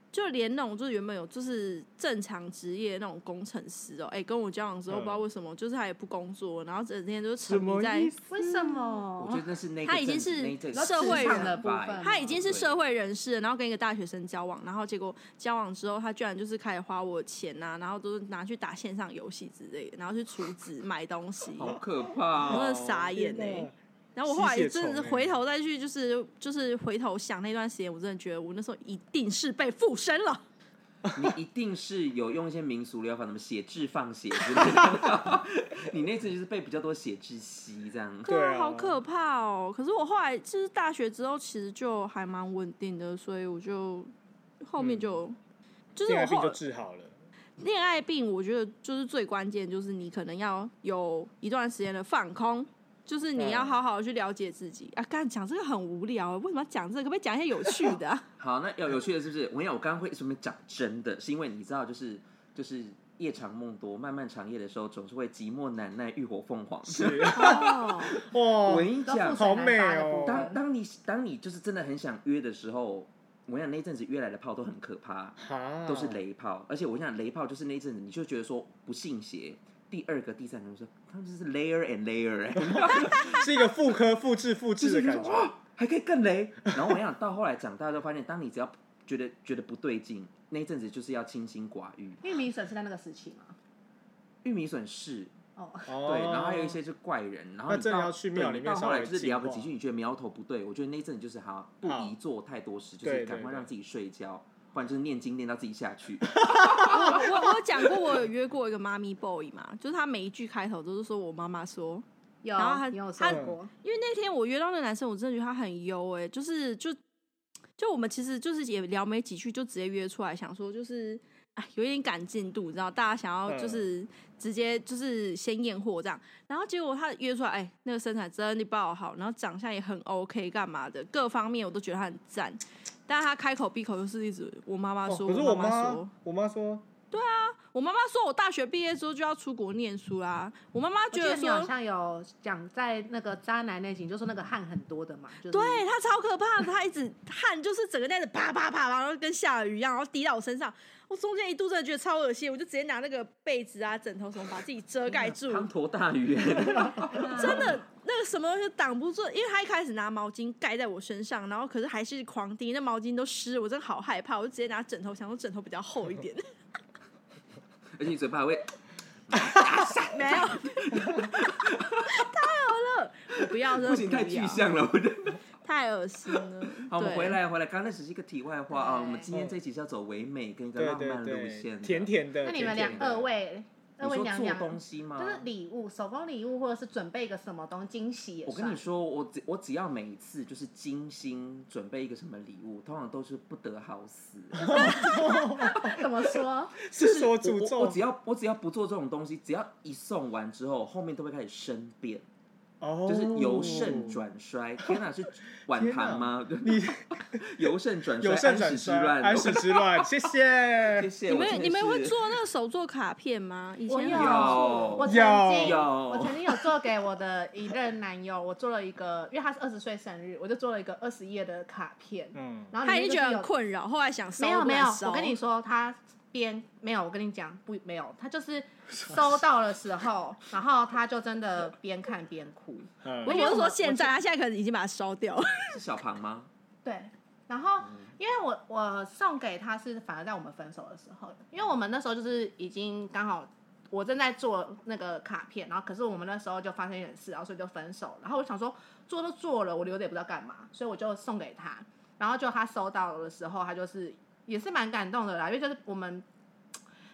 S4: 就连那种就是原本有就是正常职业那种工程师哦，哎、跟我交往之后
S2: 嗯
S4: 不知道为什么，就是他也不工作，然后整天就是
S2: 什
S4: 沉迷
S2: 么
S4: 在
S2: 意思？
S1: 为什
S3: 我觉
S1: 么？
S3: 得那是那个
S4: 他已经
S3: 阵
S4: 是
S3: 那一阵
S4: 社会人
S1: 的部分
S4: 他已经是
S3: 对
S4: 社会人士了，然后跟一个大学生交往，然后结果交往之后，他居然就是开始花我的钱呐、然后都是拿去打线上游戏之类的，然后去储值买东西，
S3: 好可怕、
S4: 我真的 *laughs*
S3: 哦，
S4: 傻眼哎、
S2: 天哪
S4: 然后我后来
S2: 吸血
S4: 真的是
S2: 虫欸
S4: 回头再去，就是就是回头想那段时间，我真的觉得我那时候一定是被附身了。
S3: 你一定是有用一些民俗疗法，什么血痣放血之类的。 *laughs* 你那次就是被比较多血痣吸这样。
S2: 对啊
S4: 好可怕哦！可是我后来就是大学之后，其实就还蛮稳定的，所以我就后面就、就是
S2: 嗯恋
S4: 我
S2: 爱病
S4: 后
S2: 就治好
S3: *laughs*
S2: 了。
S4: 恋爱病，我觉得就是最关键，就是你可能要有一段时间的放空，就是你要
S2: 嗯
S4: 好好地去了解自己啊。刚讲这个很无聊，欸为什么要讲这个？可不可以讲一些有趣的、
S2: *laughs*
S4: 啊？
S3: 好，那有有趣的是不是？我跟你讲，我刚刚会顺便讲真的，是因为你知道，就是就是夜长梦多，漫漫长夜的时候，总是会寂寞难耐，浴火凤凰。
S2: 是
S4: 哦，
S2: 哇，
S3: 我跟你
S1: 都
S3: 讲
S1: 复，审
S2: 好
S1: 难
S2: 美
S1: 发的
S2: 哦
S1: 部
S3: 当
S1: 分
S3: 当你当你就是真的很想约的时候，我跟你讲那阵子约来的炮都很可怕，
S2: 哈
S3: 都是雷炮，而且我跟你讲雷炮就是那一阵子你就觉得说不信邪，第二个、第三个就说他们就是 layer and layer，哎、
S2: *laughs* 是一个复刻、复制、复制的感觉。
S3: 还可以更雷。然后我跟你讲到后来长大之后发现，当你只要觉得觉得不对劲，那一阵子就是要清心寡欲，
S1: 玉米笋是在那个时期吗？
S3: 玉米笋是
S1: 哦，
S2: 哦
S3: 对，然后还有一些是怪人，然后
S2: 那
S3: 你
S2: 真的
S3: 到
S2: 要去
S3: 对
S2: 庙
S3: 你
S2: 里面
S3: 到
S2: 稍
S3: 后来
S2: 微
S3: 就是聊个
S2: 进
S3: 几
S2: 化
S3: 句，你觉得苗头不对，我觉得那一阵子就是哈不
S2: 好
S3: 宜做太多事，就是
S2: 对对
S3: 赶快
S2: 对
S3: 让自己睡觉，不然就是念经念到自己下
S2: *laughs*
S3: 去。
S4: 我我有讲过，我有约过一个妈咪 boy 嘛，就是他每一句开头都是说我妈妈说，
S1: 有，
S4: 然后他
S1: 你有
S4: 他
S1: 说过，
S4: 因为那天我约到那个男生，我真的觉得他很优哎、就是就就我们其实就是也聊没几句，就直接约出来，想说就是哎有一点赶进度，你知道大家想要
S2: 嗯
S4: 就是直接就是先验货这样，然后结果他约出来，哎那个身材真的爆好，然后长相也很 OK，干嘛的各方面我都觉得他很赞，但他开口闭口就是一直我妈妈
S2: 哦
S4: 说，
S2: 可是
S4: 我
S2: 我
S4: 妈妈
S2: 妈
S4: 说，，
S2: 我妈说，
S4: 我妈妈说我大学毕业之后就要出国念书啦，我妈妈
S1: 我记
S4: 觉
S1: 得
S4: 得
S1: 你
S4: 说
S1: 好像有讲在那个渣男那集，你就说那个汗很多的嘛，就是
S4: 对他超可怕的，他一直汗就是整个那样子啪啪啪，然后跟下了雨一样，然后滴到我身上。我中间一度真的觉得超恶心，我就直接拿那个被子啊、枕头什么把自己遮盖住，
S3: 滂沱大雨， *laughs*
S4: 真的那个什么东西都挡不住，因为他一开始拿毛巾盖在我身上，然后可是还是狂滴，那毛巾都湿了，我真的好害怕，我就直接拿枕头，想说枕头比较厚一点， *laughs*
S3: 而且你嘴巴还会
S4: 没有，太 *laughs* 好了，我不要，真的
S3: 不行，太
S4: 要
S3: 具，象了，我觉得。
S4: 太恶心了。
S3: *laughs* 好，我们
S4: 对
S3: 回来回来，刚刚那只是一个题外话啊，
S1: 对
S3: 我们今天这一集是要走唯美跟一个
S2: 对
S3: 浪
S2: 对
S3: 漫路
S2: 对，
S3: 线，
S2: 甜。甜的。
S1: 那你们
S2: 甜
S1: 两
S2: 甜的
S1: 二，位，二
S3: 你
S1: 位
S3: 说
S1: 娘
S3: 做
S1: 娘
S3: 东西吗？
S1: 就是礼物，手工礼物，或者是准备一个什么东西惊喜也
S3: 我
S1: 算。
S3: 跟你说，我只我只要每一次就是精心准备一个什么礼物，通常都是不得好死。
S1: 怎
S4: *laughs*
S1: 么说？
S2: 是说
S3: 我
S2: 诅
S3: 我我
S2: 咒
S3: 只要我只要不做这种东西，只要一送完之后，后面都会开始生变，
S2: 哦，
S3: 就是由盛。转衰。天
S2: *laughs*
S3: 哪，是晚唐吗？
S2: 你
S3: 由盛转衰，
S2: 有盛
S3: 安
S2: 转
S3: 史之
S2: 衰，安史之乱，谢
S3: 谢
S2: 谢。
S3: 谢。
S4: 你
S3: 我
S4: 们
S3: 真的
S4: 你们会
S3: 是
S4: 做那个手做卡片吗？以
S1: 我
S4: 前
S1: 有，
S3: 有
S1: 我曾
S2: 有
S1: 经
S3: 有
S1: 我曾经有做给我的一任男友，我做了一个，因为他是二十岁生日，我就做了一个二十页的卡片，
S2: 嗯，
S1: 然后
S4: 他
S1: 里
S4: 已
S1: 面
S4: 经觉
S1: 就是
S4: 得
S1: 有
S4: 很困扰，后来想收
S1: 没有
S4: 不
S1: 没
S4: 敢
S1: 有，
S4: 收
S1: 我跟你说，他编没有，我跟你讲不没有，他就是收到的时候，然后他就真的边看边哭。
S2: 嗯
S4: 我
S1: 因
S4: 不
S1: 为
S4: 是
S1: 我
S4: 说
S1: 们
S4: 现
S1: 我
S4: 在，他现在可能已经把它烧掉了。
S3: 是小庞吗？
S1: 对，然后因为我我送给他是反而在我们分手的时候，因为我们那时候就是已经刚好我正在做那个卡片，然后可是我们那时候就发生一点事，然后所以就分手。然后我想说做都做了，我留着也不知道干嘛，所以我就送给他。然后就他收到的时候，他就是也是蛮感动的啦，因为就是我们。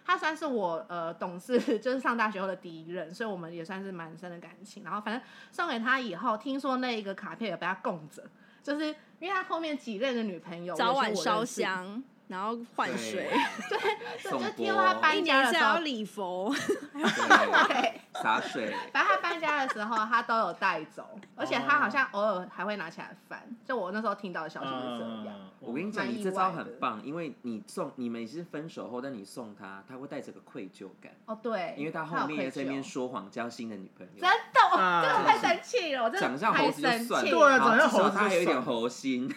S1: 他算是我呃懂事，就是上大学后的第一任，所以我们也算是蛮深的感情。然后反正送给他以后，听说那一个卡片也被他供着，就是因为他后面几任的女朋友
S4: 早晚
S1: 也是我
S4: 烧
S1: 认识，
S4: 香，然后换水，
S1: 就就
S3: 送钵
S1: 听说他
S4: 一
S1: 搬
S4: 年
S1: 家的
S4: 是
S1: 时
S4: 要
S1: 候，
S4: 礼佛，
S3: 对
S1: *laughs* 对，
S3: 洒水，
S1: 反正他搬家的时候他都有带
S3: 哦
S1: 走，而且他好像偶尔还会拿起来翻。就我那时候听到的消息是这样，
S2: 嗯，
S3: 我跟你讲，
S1: 蛮
S3: 你
S1: 意
S3: 这招
S1: 外的
S3: 很棒，因为你送你们是分手后，但你送他，他会带着个愧疚感，
S1: 哦对，
S3: 嗯因为他
S1: 有
S3: 后面
S1: 愧
S3: 也在那边
S1: 疚
S3: 说谎交新的女朋友，
S1: 真的，我
S2: 啊
S1: 真的太生气了，我真
S3: 长
S1: 的
S3: 相猴
S1: 太
S3: 子就
S1: 生
S3: 算了，
S1: 气
S2: 对啊
S1: 了。
S2: 长
S3: 至
S2: 相
S3: 少
S2: 猴子就
S3: 他还有一
S2: 算
S3: 点
S2: 了
S3: 猴心，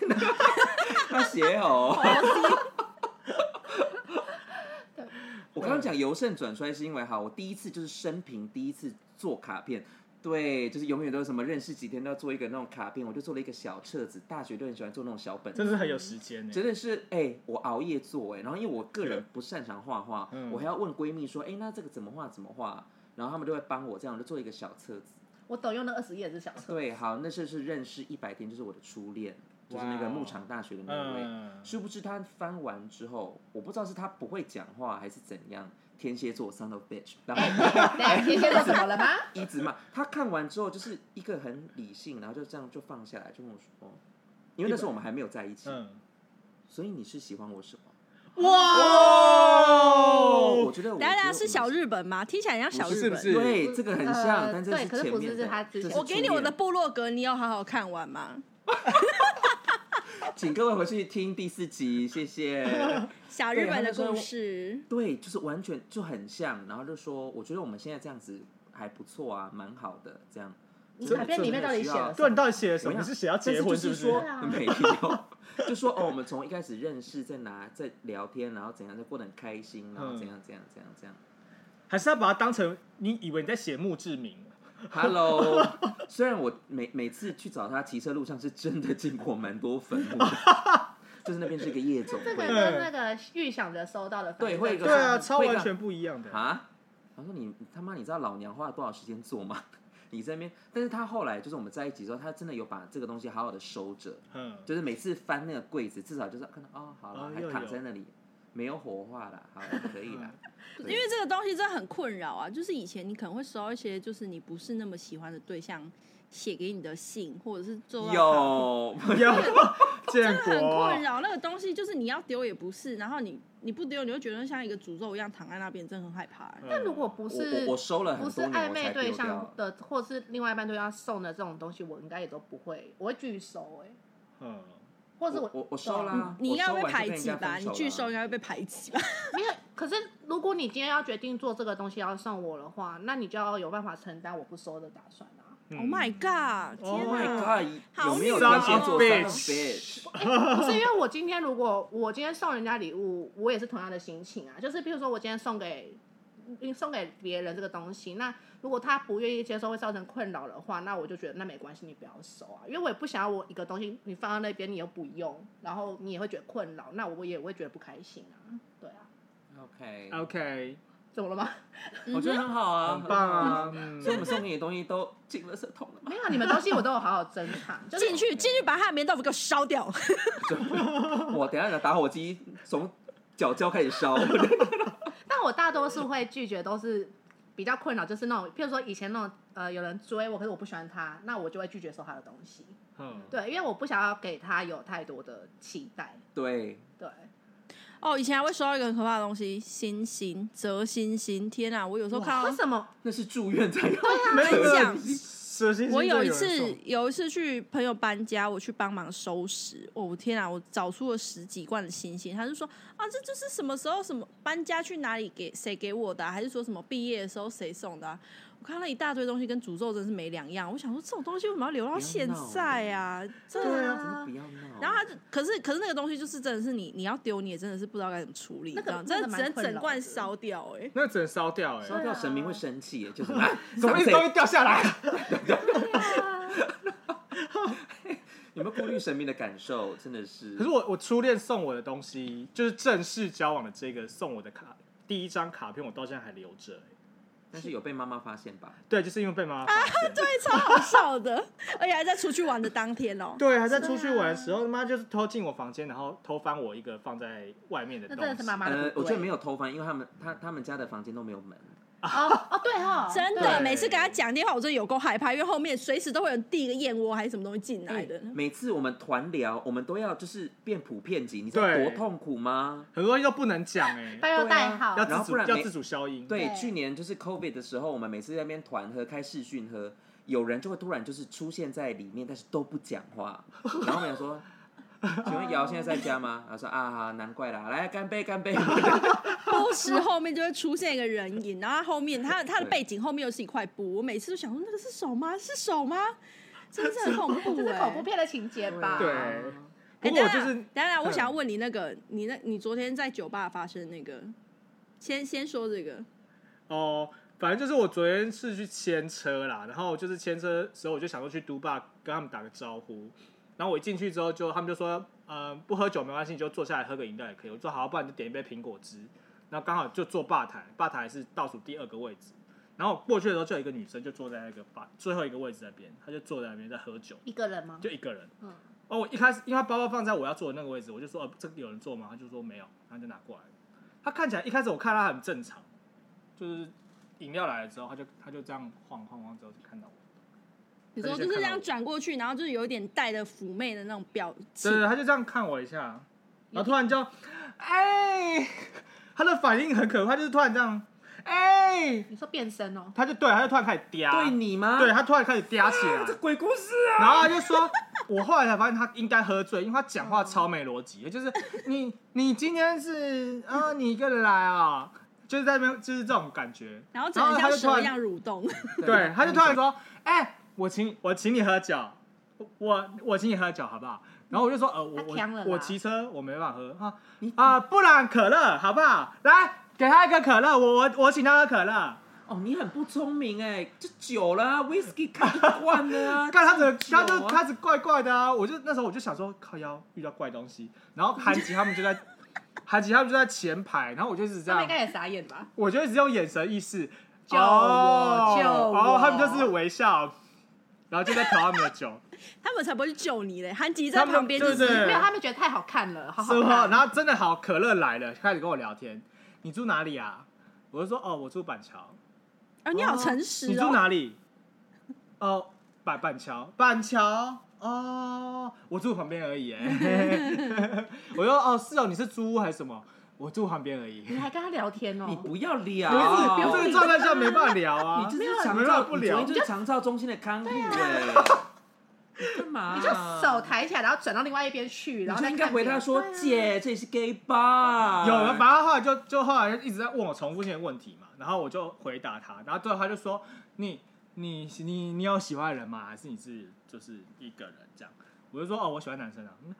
S3: *laughs* 他邪猴。
S2: 啊
S3: 我刚刚讲由盛转衰是因为哈，我第一次就是生平第一次做卡片，对，就是永远都是什么认识几天都要做一个那种卡片，我就做了一个小册子，大学就很喜欢做那种小本子，
S2: 真是很有时间呢、
S3: 真的是哎、我熬夜做哎、然后因为我个人不擅长画画，
S2: 嗯
S3: 我还要问闺蜜说，哎、那这个怎么画怎么画，然后他们就会帮我，这样我就做一个小册子。
S1: 我抖用那二十页是小册，
S3: 对，好，那就是认识一百天，就是我的初恋，就是那
S2: 哇
S3: 个
S2: 哦
S3: 牧场大学的那位。
S2: 嗯，
S3: 殊不知他翻完之后，我不知道是他不会讲话还是怎样，天蝎座 son of bitch，然后
S1: 对，天蝎座怎么了吗？
S3: 一直骂。他看完之后就是一个很理性，然后就这样就放下来，就跟我说，哦因为那时候我们还没有在一起，
S2: 嗯，
S3: 所以你是喜欢我什么？
S1: 哦
S3: 哦
S2: 哇
S3: 我觉得我
S1: 啊
S4: 大
S3: 觉
S4: 家
S3: 得
S4: 是
S3: 我
S4: 小
S3: 们
S4: 日本吗？听起来很像小
S2: 不是
S4: 日
S2: 不
S4: 本。
S2: 是
S3: 对，这个很像，
S1: 呃
S3: 但这
S1: 对可是
S3: 前
S1: 不
S3: 面
S1: 是是他之
S3: 这
S1: 前
S3: 初
S4: 我给你我的
S3: 恋
S4: 部落格，你有好好看完吗？
S3: 请各位回去听第四集，谢谢。
S1: *laughs*
S4: 小
S3: 对
S4: 日
S3: 他
S4: 本的
S3: 那时候
S4: 故事，
S3: 对，就是完全就很像，然后就说，我觉得我们现在这样子还不错啊，蛮好的，这样。
S1: 你卡片里面到底写了
S2: 对
S1: 什
S2: 你
S1: 么？
S2: 到底写了什么？
S3: 我
S2: 你
S3: 想
S2: 是写要结
S3: 但
S2: 婚
S3: 是就是是
S2: 不
S3: 说
S1: 对啊
S3: *laughs* 没有，就说哦，我们从一开始认识，在哪在聊天，然后怎样，就过得很开心，然后怎样怎样怎样怎样。
S2: 还是要把它当成你以为你在写墓志铭？
S3: Hello，虽 *laughs* 然我每每次去找他骑车路上是真的经过蛮多坟墓的， *laughs* 就是那边是一个夜总
S1: 这个
S3: 会，
S1: 跟那个预想着收到的反
S3: 对
S1: 应
S3: 会有一个
S2: 对啊，
S3: 会
S2: 超完
S3: 让
S2: 全不一样的。
S3: 啊！他说你他妈，你知道老娘花了多少时间做吗？ *laughs* 你在那边，但是他后来就是我们在一起之后，他真的有把这个东西好好的收着，
S2: 嗯，
S3: 就是每次翻那个柜子，至少就是看到哦，好了，
S2: 哦又
S3: 还
S2: 有
S3: 躺在那里，没有火化了，好了，可以了。
S4: 因为这个东西真的很困扰啊！就是以前你可能会收到一些就是你不是那么喜欢的对象写给你的信，或者是做到
S3: 有，
S2: 有建
S4: 卡很
S2: 国
S4: 困扰。那个东西就是你要丢也不是，然后你你不丢，你会觉得像一个诅咒一样躺在那边，真的很害怕、欸。
S1: 但如果 *laughs* 不
S3: 我
S1: 是
S3: 我我收了
S1: 不
S3: 很
S1: 是
S3: 多年，
S1: 暧
S3: 我
S1: 昧
S3: 才
S1: 对
S3: 丢
S1: 象
S3: 掉。
S1: 的，或是另外一半对象送的这种东西，我应该也都不会，我会拒收哎、
S2: 嗯，
S1: 或者
S3: 我
S1: 我
S3: 我我收
S1: 对啊
S3: 啦，
S4: 你
S3: 我
S4: 应该
S3: 收
S4: 会被
S3: 完就
S4: 排
S3: 跟人
S4: 挤
S3: 家
S4: 吧？
S3: 分
S4: 你
S3: 手
S4: 拒
S3: 啦，Oh
S4: 收应该会被排挤吧？
S1: 没有。可是如果你今天要决定做这个东西要送我的话，那你就要有办法承担我不收的打算啊。
S2: 嗯
S4: Oh my god！
S2: Oh
S4: 天
S1: 嗯
S3: Oh my
S4: 哪
S3: god！
S4: 好
S3: 有没有
S4: 女人
S3: 天蝎座
S2: 哦
S3: son of
S2: bitch
S3: bitch？
S1: 不是因为我今天如果我今天送人家礼物，我也是同样的心情啊。就是比如说我今天送给嗯送给别人这个东西，那如果他不愿意接受，会造成困扰的话，那我就觉得那没关系，你不要收啊，因为我也不想要我一个东西你放在那边你又不用，然后你也会觉得困扰，那我也会觉得不开心啊。对啊，
S3: OK，
S2: OK，
S1: 怎么了吗？
S3: 我觉得很好啊，
S2: 嗯很棒
S3: 好！
S2: 啊，
S3: 所以我
S2: 嗯
S3: 们送你的东西都进了圾桶了吗 *laughs*
S1: 没？有，啊你们东西我都有好好珍藏，就是
S4: 进去进去把他的棉豆腐给我烧掉！
S3: 我等一下打火机从脚胶开始烧， *laughs*
S1: 但我大多数会拒绝，都是比较困扰，就是那种，譬如说以前那种，呃，有人追我，可是我不喜欢他，那我就会拒绝收他的东西。
S2: 嗯，
S1: 对，因为我不想要给他有太多的期待。
S3: 对，
S1: 对，
S4: *laughs* 哦，以前还会收到一个很可怕的东西，星星折星星，天哪！我有时候看哦
S1: 为
S4: 到
S1: 什么？
S3: 那是住院才有。
S1: 啊
S2: 没
S4: 跟你讲
S2: 蛇形星座
S4: 我有一
S2: 人
S4: 次
S2: 送，
S4: 有一次去朋友搬家，我去帮忙收拾。哦，我天啊！我找出了十几罐的星星，他就说啊，这就是什么时候什么搬家去哪里给谁给我的啊、还是说什么毕业的时候谁送的啊、我看到一大堆东西，跟诅咒真是没两样。我想说，这种东西为什么要留到现在啊？真
S2: 对
S4: 的。
S2: 啊
S3: 真的不要闹。
S4: 然后他就，可是可是那个东西就是真的是你你要丢，你也真的是不知道该怎么处理，
S1: 那
S4: 这
S1: 个
S4: 样
S1: 那
S4: 真
S1: 个
S4: 的只能
S1: 蛮困扰
S4: 整
S1: 的
S4: 罐烧掉哎、
S2: 那只能烧掉哎，
S3: 烧掉神明会生气耶，就是
S2: *laughs*
S3: 啊
S1: 啊
S2: 怎么一直东西掉下来？
S3: 有没有顾虑神明的感受？真的是，
S2: 可是我我初恋送我的东西，就是正式交往的这个送我的卡，第一张卡片我到现在还留着、欸。
S3: 但是有被妈妈发现吧？
S2: 对，就是因为被
S1: 啊
S2: 妈妈发
S4: *laughs*
S2: 现。
S4: 对，超好笑的，而且还在出去玩的当天哦。
S2: 对，还在出去玩的时候，他妈就是偷进我房间，然后偷翻我一个放在外面的
S1: 那
S2: 东西。
S1: 真的是妈妈的
S3: 呃，
S1: 不
S3: 我觉
S1: 对
S3: 得没有偷翻，因为他们他他们家的房间都没有门。
S1: 哦哦对
S4: *laughs*
S1: 哦，
S4: 真
S2: 对
S4: 的，每次跟他讲电话，我真的有够害怕，因为后面随时都会有第一个燕窝还是什么东西进来的。*laughs*
S2: 嗯
S3: 每次我们团聊，我们都要就是变普遍级，你知道多
S2: 对
S3: 痛苦吗？
S2: 很多东西都不能讲哎、
S1: 都要代号，
S2: 要
S3: 然后
S2: 自
S3: 不
S2: 主
S3: 然
S2: 要
S3: 没
S2: 自主消音。
S3: 对，
S1: 对
S3: 去年就是 COVID 的时候，我们每次在那边团喝、开视讯喝，有人就会突然就是出现在里面，但是都不讲话。然后我们想说，请问瑶现在在家吗？他说啊，好难怪啦，来干杯，干杯。
S4: 波石后面就会出现一个人影，然后他后面
S2: *laughs*
S4: 他他的背景后面又是一块布，我每次都想说那个是手吗？是手
S2: *laughs*
S4: 吗？真的是很恐怖、欸，
S1: 这是恐怖片的情节吧？
S2: 对
S3: 啊
S2: 不
S4: 哎
S2: 过我
S4: 等
S2: 就
S4: 等
S2: 是嗯
S4: 等等，我想要问你那个，你那你昨天在酒吧发生那个，先先说这个，
S2: 哦、反正就是我昨天是去牵车啦，然后就是牵车的时候，我就想说去都坝跟他们打个招呼。然后我一进去之后就，他们就说，呃，不喝酒没关系，你就坐下来喝个饮料也可以。我说好，啊不然你就点一杯苹果汁。然后刚好就坐吧台，吧台是倒数第二个位置。然后我过去的时候，就有一个女生就坐在那个吧最后一个位置那边，她就坐在那边在喝酒，
S1: 一个人吗？
S2: 就一个人。
S1: 嗯，
S2: 哦，我一开始因为他包包放在我要坐的那个位置，我就说，呃，这个有人坐吗？他就说没有，然后就拿过来。他看起来一开始我看他很正常，就是饮料来了之后，他就他就这样晃晃晃之后就看到我，
S4: 你说就是这样转过去，然后就是有一点带着妩媚的那种表
S2: 对
S4: 情
S2: 对，，对他就这样看我一下，然后突然就，哎， *laughs* 他的反应很可怕，就是突然这样，哎，
S1: 你说变身哦，
S2: 他就对，他就突然开始嗲，
S3: 对你吗？
S2: 对，他突然开始嗲起来，
S3: 啊这鬼故事啊！
S2: 然后他就说，我后来才发现他应该喝醉，因为他讲话超没逻辑，就是 *laughs* 你你今天是啊、你一个人来啊、就是在那边就是这种感觉，
S4: 然后整
S2: 然
S4: 个
S2: 后他
S4: 像
S2: 就突
S4: 蛇一
S2: 然
S4: 样蠕动， *laughs*
S2: 对，他就突然说，哎、我请我请你喝酒，我我请你喝酒好不好？然后我就说，呃，我
S1: 他呛了
S2: 我
S1: 啦
S2: 我骑车我没办法喝啊
S3: 你
S2: 啊、不然可乐好不好？来给他一个可乐，我我我请他喝可乐。，
S3: 哦，你很不聪明哎，这酒啦，whisky 开一罐的啊
S2: 干他怎么，他
S3: 酒
S2: 就
S3: 啊
S2: 开始怪怪的啊！我就那时候我就想说，靠腰遇到怪东西，然后韩吉他们就在，韩吉他们就在前排，然后我就一直这
S1: 他们
S2: 样
S1: 应，该也傻眼吧？
S2: 我就一直用眼神意识，
S1: 救我
S2: 哦
S1: 救我
S2: 然后他们就是微笑，然后就在调他们的酒，
S4: 他们才不会去救你嘞。韩吉
S2: 他
S4: 在
S2: 们
S4: 旁边
S2: 对
S4: 就
S2: 不对
S4: 是
S1: 没有，他们觉得太好看了， *laughs* 好好
S2: 是吗？
S1: 看。
S2: 然后真的好，可乐来了，开始跟我聊天，你住哪里啊？我就说哦，我住板桥，
S4: 啊，你好诚实
S2: 你住
S4: 哦，
S2: 哪里？哦，板板桥，板桥。哦，我住旁边而已。哎我说哦，是哦，你是租屋还是什么？我住旁边而已。
S1: 你还跟他聊天哦？
S3: 你不要聊，
S2: 不是，
S1: 不
S2: 这个
S1: 是
S2: 状态下没办法聊
S3: *laughs*
S2: 啊。
S3: 你就是
S2: 没
S3: 长
S2: 办法
S3: 照，
S2: 不
S3: 你昨
S2: 啊聊
S3: 天就。是长照中心的看护哎，
S2: *laughs*
S3: 你干嘛啊？
S1: 你就手抬起来，然后转到另外一边去，然
S3: 你
S1: 后
S3: 就
S1: 再
S3: 应该
S1: 看
S3: 回
S1: 别人
S3: 他说：“
S1: 对啊
S3: 姐，这里是 gay bar。”
S2: 有了，反正后来就就后来就一直在问我重复性的问题嘛，然后我就回答他，然后最后他就说：“你你你你有喜欢的人吗？还是你是就是一个人这样？”我就说：“哦，我喜欢男生啊。嗯”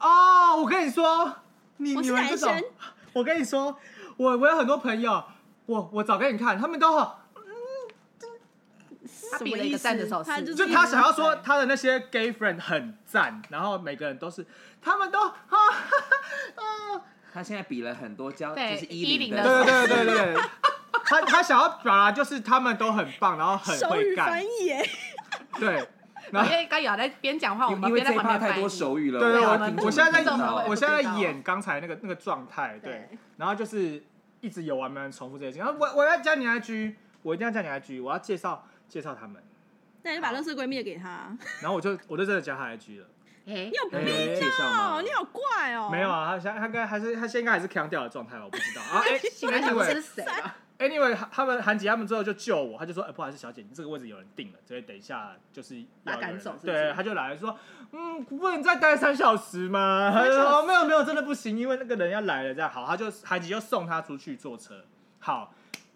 S2: 哦，我跟你说，你
S4: 我
S2: 你
S4: 是
S2: 们
S4: 男
S2: 这种
S4: 生，
S2: 我跟你说，我我有很多朋友，我我找给你看，他们都好
S1: 他
S4: 什
S1: 比
S4: 么
S1: 了一
S4: 意
S1: 个
S4: 思
S1: 赞的手势
S4: 他就
S2: 就是他想要说他的那些 gay friend 很赞，然后每个人都是，他们都啊。
S3: 他现在比了很多交，就
S1: 对
S3: 是一零
S1: 10的
S2: 对对对对对，他他想要表达就是他们都很棒，然后很
S4: 手
S2: 会
S4: 语
S2: 干
S4: 翻，译耶， *laughs*
S2: 对。然
S1: 因
S2: 后
S1: 为刚雅在边讲话， *laughs* 我
S3: 因
S1: 们
S3: 因为
S1: 边
S3: 这
S1: 在
S3: 一
S1: 旁
S3: 趴
S1: 边
S3: 太
S1: 翻译
S3: 多手语了，
S2: 对对，
S1: 我
S3: 听
S1: 们
S3: 众
S2: 我我现在在
S3: 不知道
S1: 我
S2: 演，
S1: 们
S2: 我现在在
S1: 不知道
S2: 演刚才那个那个状态，对
S1: 对。
S2: 然后就是一直有完没完重复这些事情。然后我我要加你 IG，我一定要加你 IG，我要介绍介绍他们。
S4: 那你就把乐色闺蜜给他，
S2: 然后我就我就真的加他 IG 了，
S1: 哎
S4: 你，有
S3: 有人
S4: 病
S3: 介绍吗，
S4: 哦，你好怪哦，
S2: 没有啊，他现他应该还是他现在应该还是腔掉的状态吧，我不知道啊。哎
S1: 你们想这是
S2: ，anyway
S1: 谁啊？
S2: anyway，他们韩吉他们之后就救我，他就说，哎、不好意思，小姐，你这个位置有人定了，所以等一下就是要
S1: 把
S2: 有
S1: 他赶
S2: 人
S1: 走
S2: 来
S1: 是不是
S2: 对，他就来说，嗯，不能再待三小时吗？他
S1: 三
S2: 就
S1: 小时
S2: *laughs* 说哦没有没有，真的不行，因为那个人要来了，这样好，他就韩吉就送他出去坐车。好，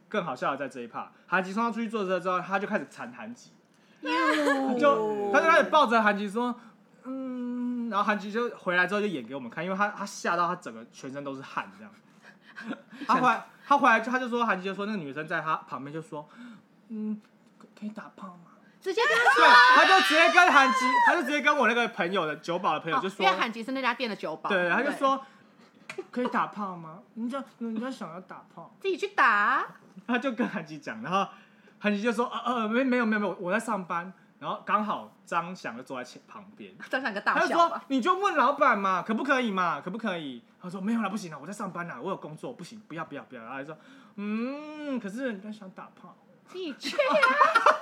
S2: 更好笑的在这一趴，韩吉送他出去坐车之后，他就开始缠韩吉，
S1: 哟
S2: 就他就开始抱着韩吉说，嗯，然后韩吉就回来之后就演给我们看，因为他他吓到他整个全身都是汗这样。他回来他回来就他就说韩吉就说那个女生在他旁边就说，嗯，可可以打炮吗？
S1: 直接跟他
S2: 对，他就直接跟韩吉，他就直接跟我那个朋友的酒保的朋友就
S1: 说，
S2: 说，
S1: 哦因为韩吉是那家店的酒保，
S2: 对，他就说可以打炮吗？你这你这想要打炮，
S1: 自己去打，
S2: 他就跟韩吉讲，然后韩吉就说，呃呃，没没有没有没有，我在上班。然后刚好张翔就坐在前旁边，
S1: 当场个
S2: 他
S1: 大
S2: 就
S1: 笑
S2: 说
S1: 吧。
S2: 你就问老板嘛，可不可以嘛，可不可以？他说没有啦，不行啦，我在上班啦，我有工作，不行，不要不要不要。然后他就说，嗯，可是人家想打炮，
S1: 自己去，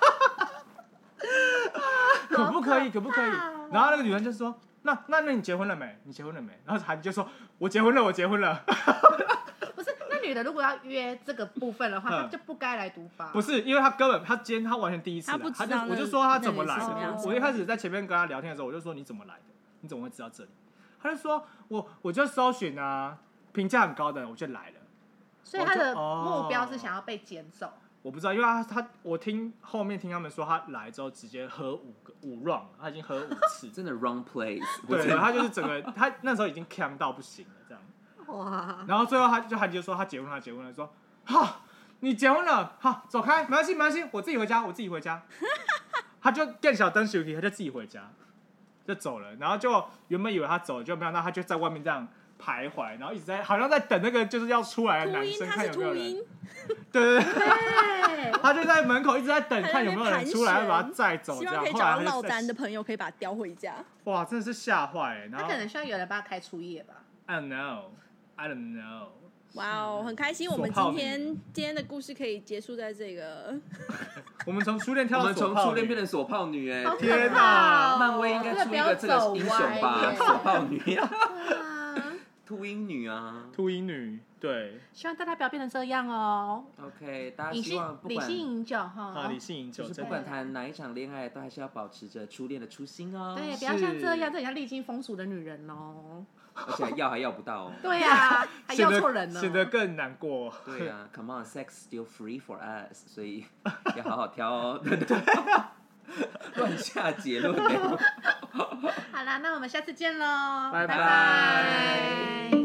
S1: *laughs*
S2: 可不可以？可不可以
S1: 好棒哦？
S2: 然后那个女人就说：“那那那你结婚了没？你结婚了没？”然后韩就说：“我结婚了，我结婚了。 *laughs*
S1: 不是那女的如果要约这个部分的话，
S2: 嗯
S1: 她就不该来读吧？”
S2: 不是，因为他根本他今天他完全第一次来，啊
S4: 他不
S2: 他
S4: 知
S2: 就
S4: 道那
S2: 我就说他怎么来
S1: 那里是什么样
S2: 的。
S1: 子
S2: 我一开始在前面跟他聊天的时候，我就说：“你怎么来的？你怎么会知道这里？”他就说：“我我就搜寻啊，评价很高的，我就来了。
S1: 所以她的
S2: 我就哦
S1: 目标是想要被捡走。
S2: 我不知道，因为他他我听后面听他们说，他来之后直接喝五个五 round，他已经喝五次
S3: 真的 wrong place，我
S2: *laughs* 对，
S3: 真的
S2: 他就是整个他那时候已经呛到不行了，这样。
S1: 哇，
S2: 然后最后他就韩杰说他结婚了，他结婚了，说好，你结婚了，好，走开，没关系，没关系，我自己回家，我自己回家。 *laughs* 他就更小灯 Suki，他就自己回家，就走了。然后就原本以为他走了，就没想到他就在外面这样徘徊，然后一直在好像在等那个就是要出来的
S4: 秃
S2: 男
S4: 鹰
S2: 生
S4: 他
S2: 看
S4: 是
S2: 有没有
S4: 秃
S2: 人
S4: 鹰。，
S2: 对对对，
S1: 对，
S2: 他就在门口一直在等
S4: 还在
S2: 看有没有人出来，
S4: 那
S2: 要
S4: 边盘
S2: 把
S4: 旋
S2: 他载走。这
S4: 希
S2: 样，
S4: 望可以
S2: 后
S4: 找
S2: 来
S4: 到
S2: 他
S4: 落
S2: 就
S4: 单的朋友，可以把它叼回家。
S2: 哇，真的是吓坏、欸。然
S1: 她
S2: 后
S1: 可能需要有人帮她开除夜吧。
S2: I don't know，I don't know。
S4: 哇哦，很开心，
S2: 嗯手
S4: 我们
S2: 炮
S4: 今天今天的故事可以结束在这个。
S2: 我们从初恋跳
S3: 我
S2: 到
S3: 们
S2: 手
S3: 从
S2: 炮
S3: 初恋
S2: 女
S3: 变成锁炮女哎、
S1: 好可
S2: 天
S1: 怕
S2: 哪
S1: 哦！
S3: 漫威应该
S1: 真的
S3: 出
S1: 不
S3: 一
S1: 要
S3: 个这个
S1: 走
S3: 英雄吧，
S1: 歪耶
S3: 锁炮女、 *laughs*
S1: 啊
S3: 秃鹰女啊。
S2: 秃鹰女，对。
S1: 希望大家不要变成这样哦。
S3: OK，大家
S1: 理
S3: 希
S1: 性
S3: 望不
S1: 理
S3: 管
S1: 性饮酒
S2: 啊，
S1: 哈
S2: 理，性饮酒，
S3: 就是
S2: 真
S3: 不
S2: 的
S3: 管谈哪一场恋爱，都还是要保持着初恋的初心哦。
S1: 对，不要像这
S2: 是
S1: 样，这很像历经风俗的女人哦。
S3: 而且还要还要不到哦。
S1: 对呀，
S4: 哎
S1: 还
S2: 显
S1: 要
S2: 得
S1: 错人呢。
S2: 显得更难过。
S3: 对啊，Come on，sex still free for us，所 *laughs* 以要好好挑 *laughs* 哦。乱下结论、欸。
S1: 好啦，那我们下次见喽，
S2: 拜拜
S1: 拜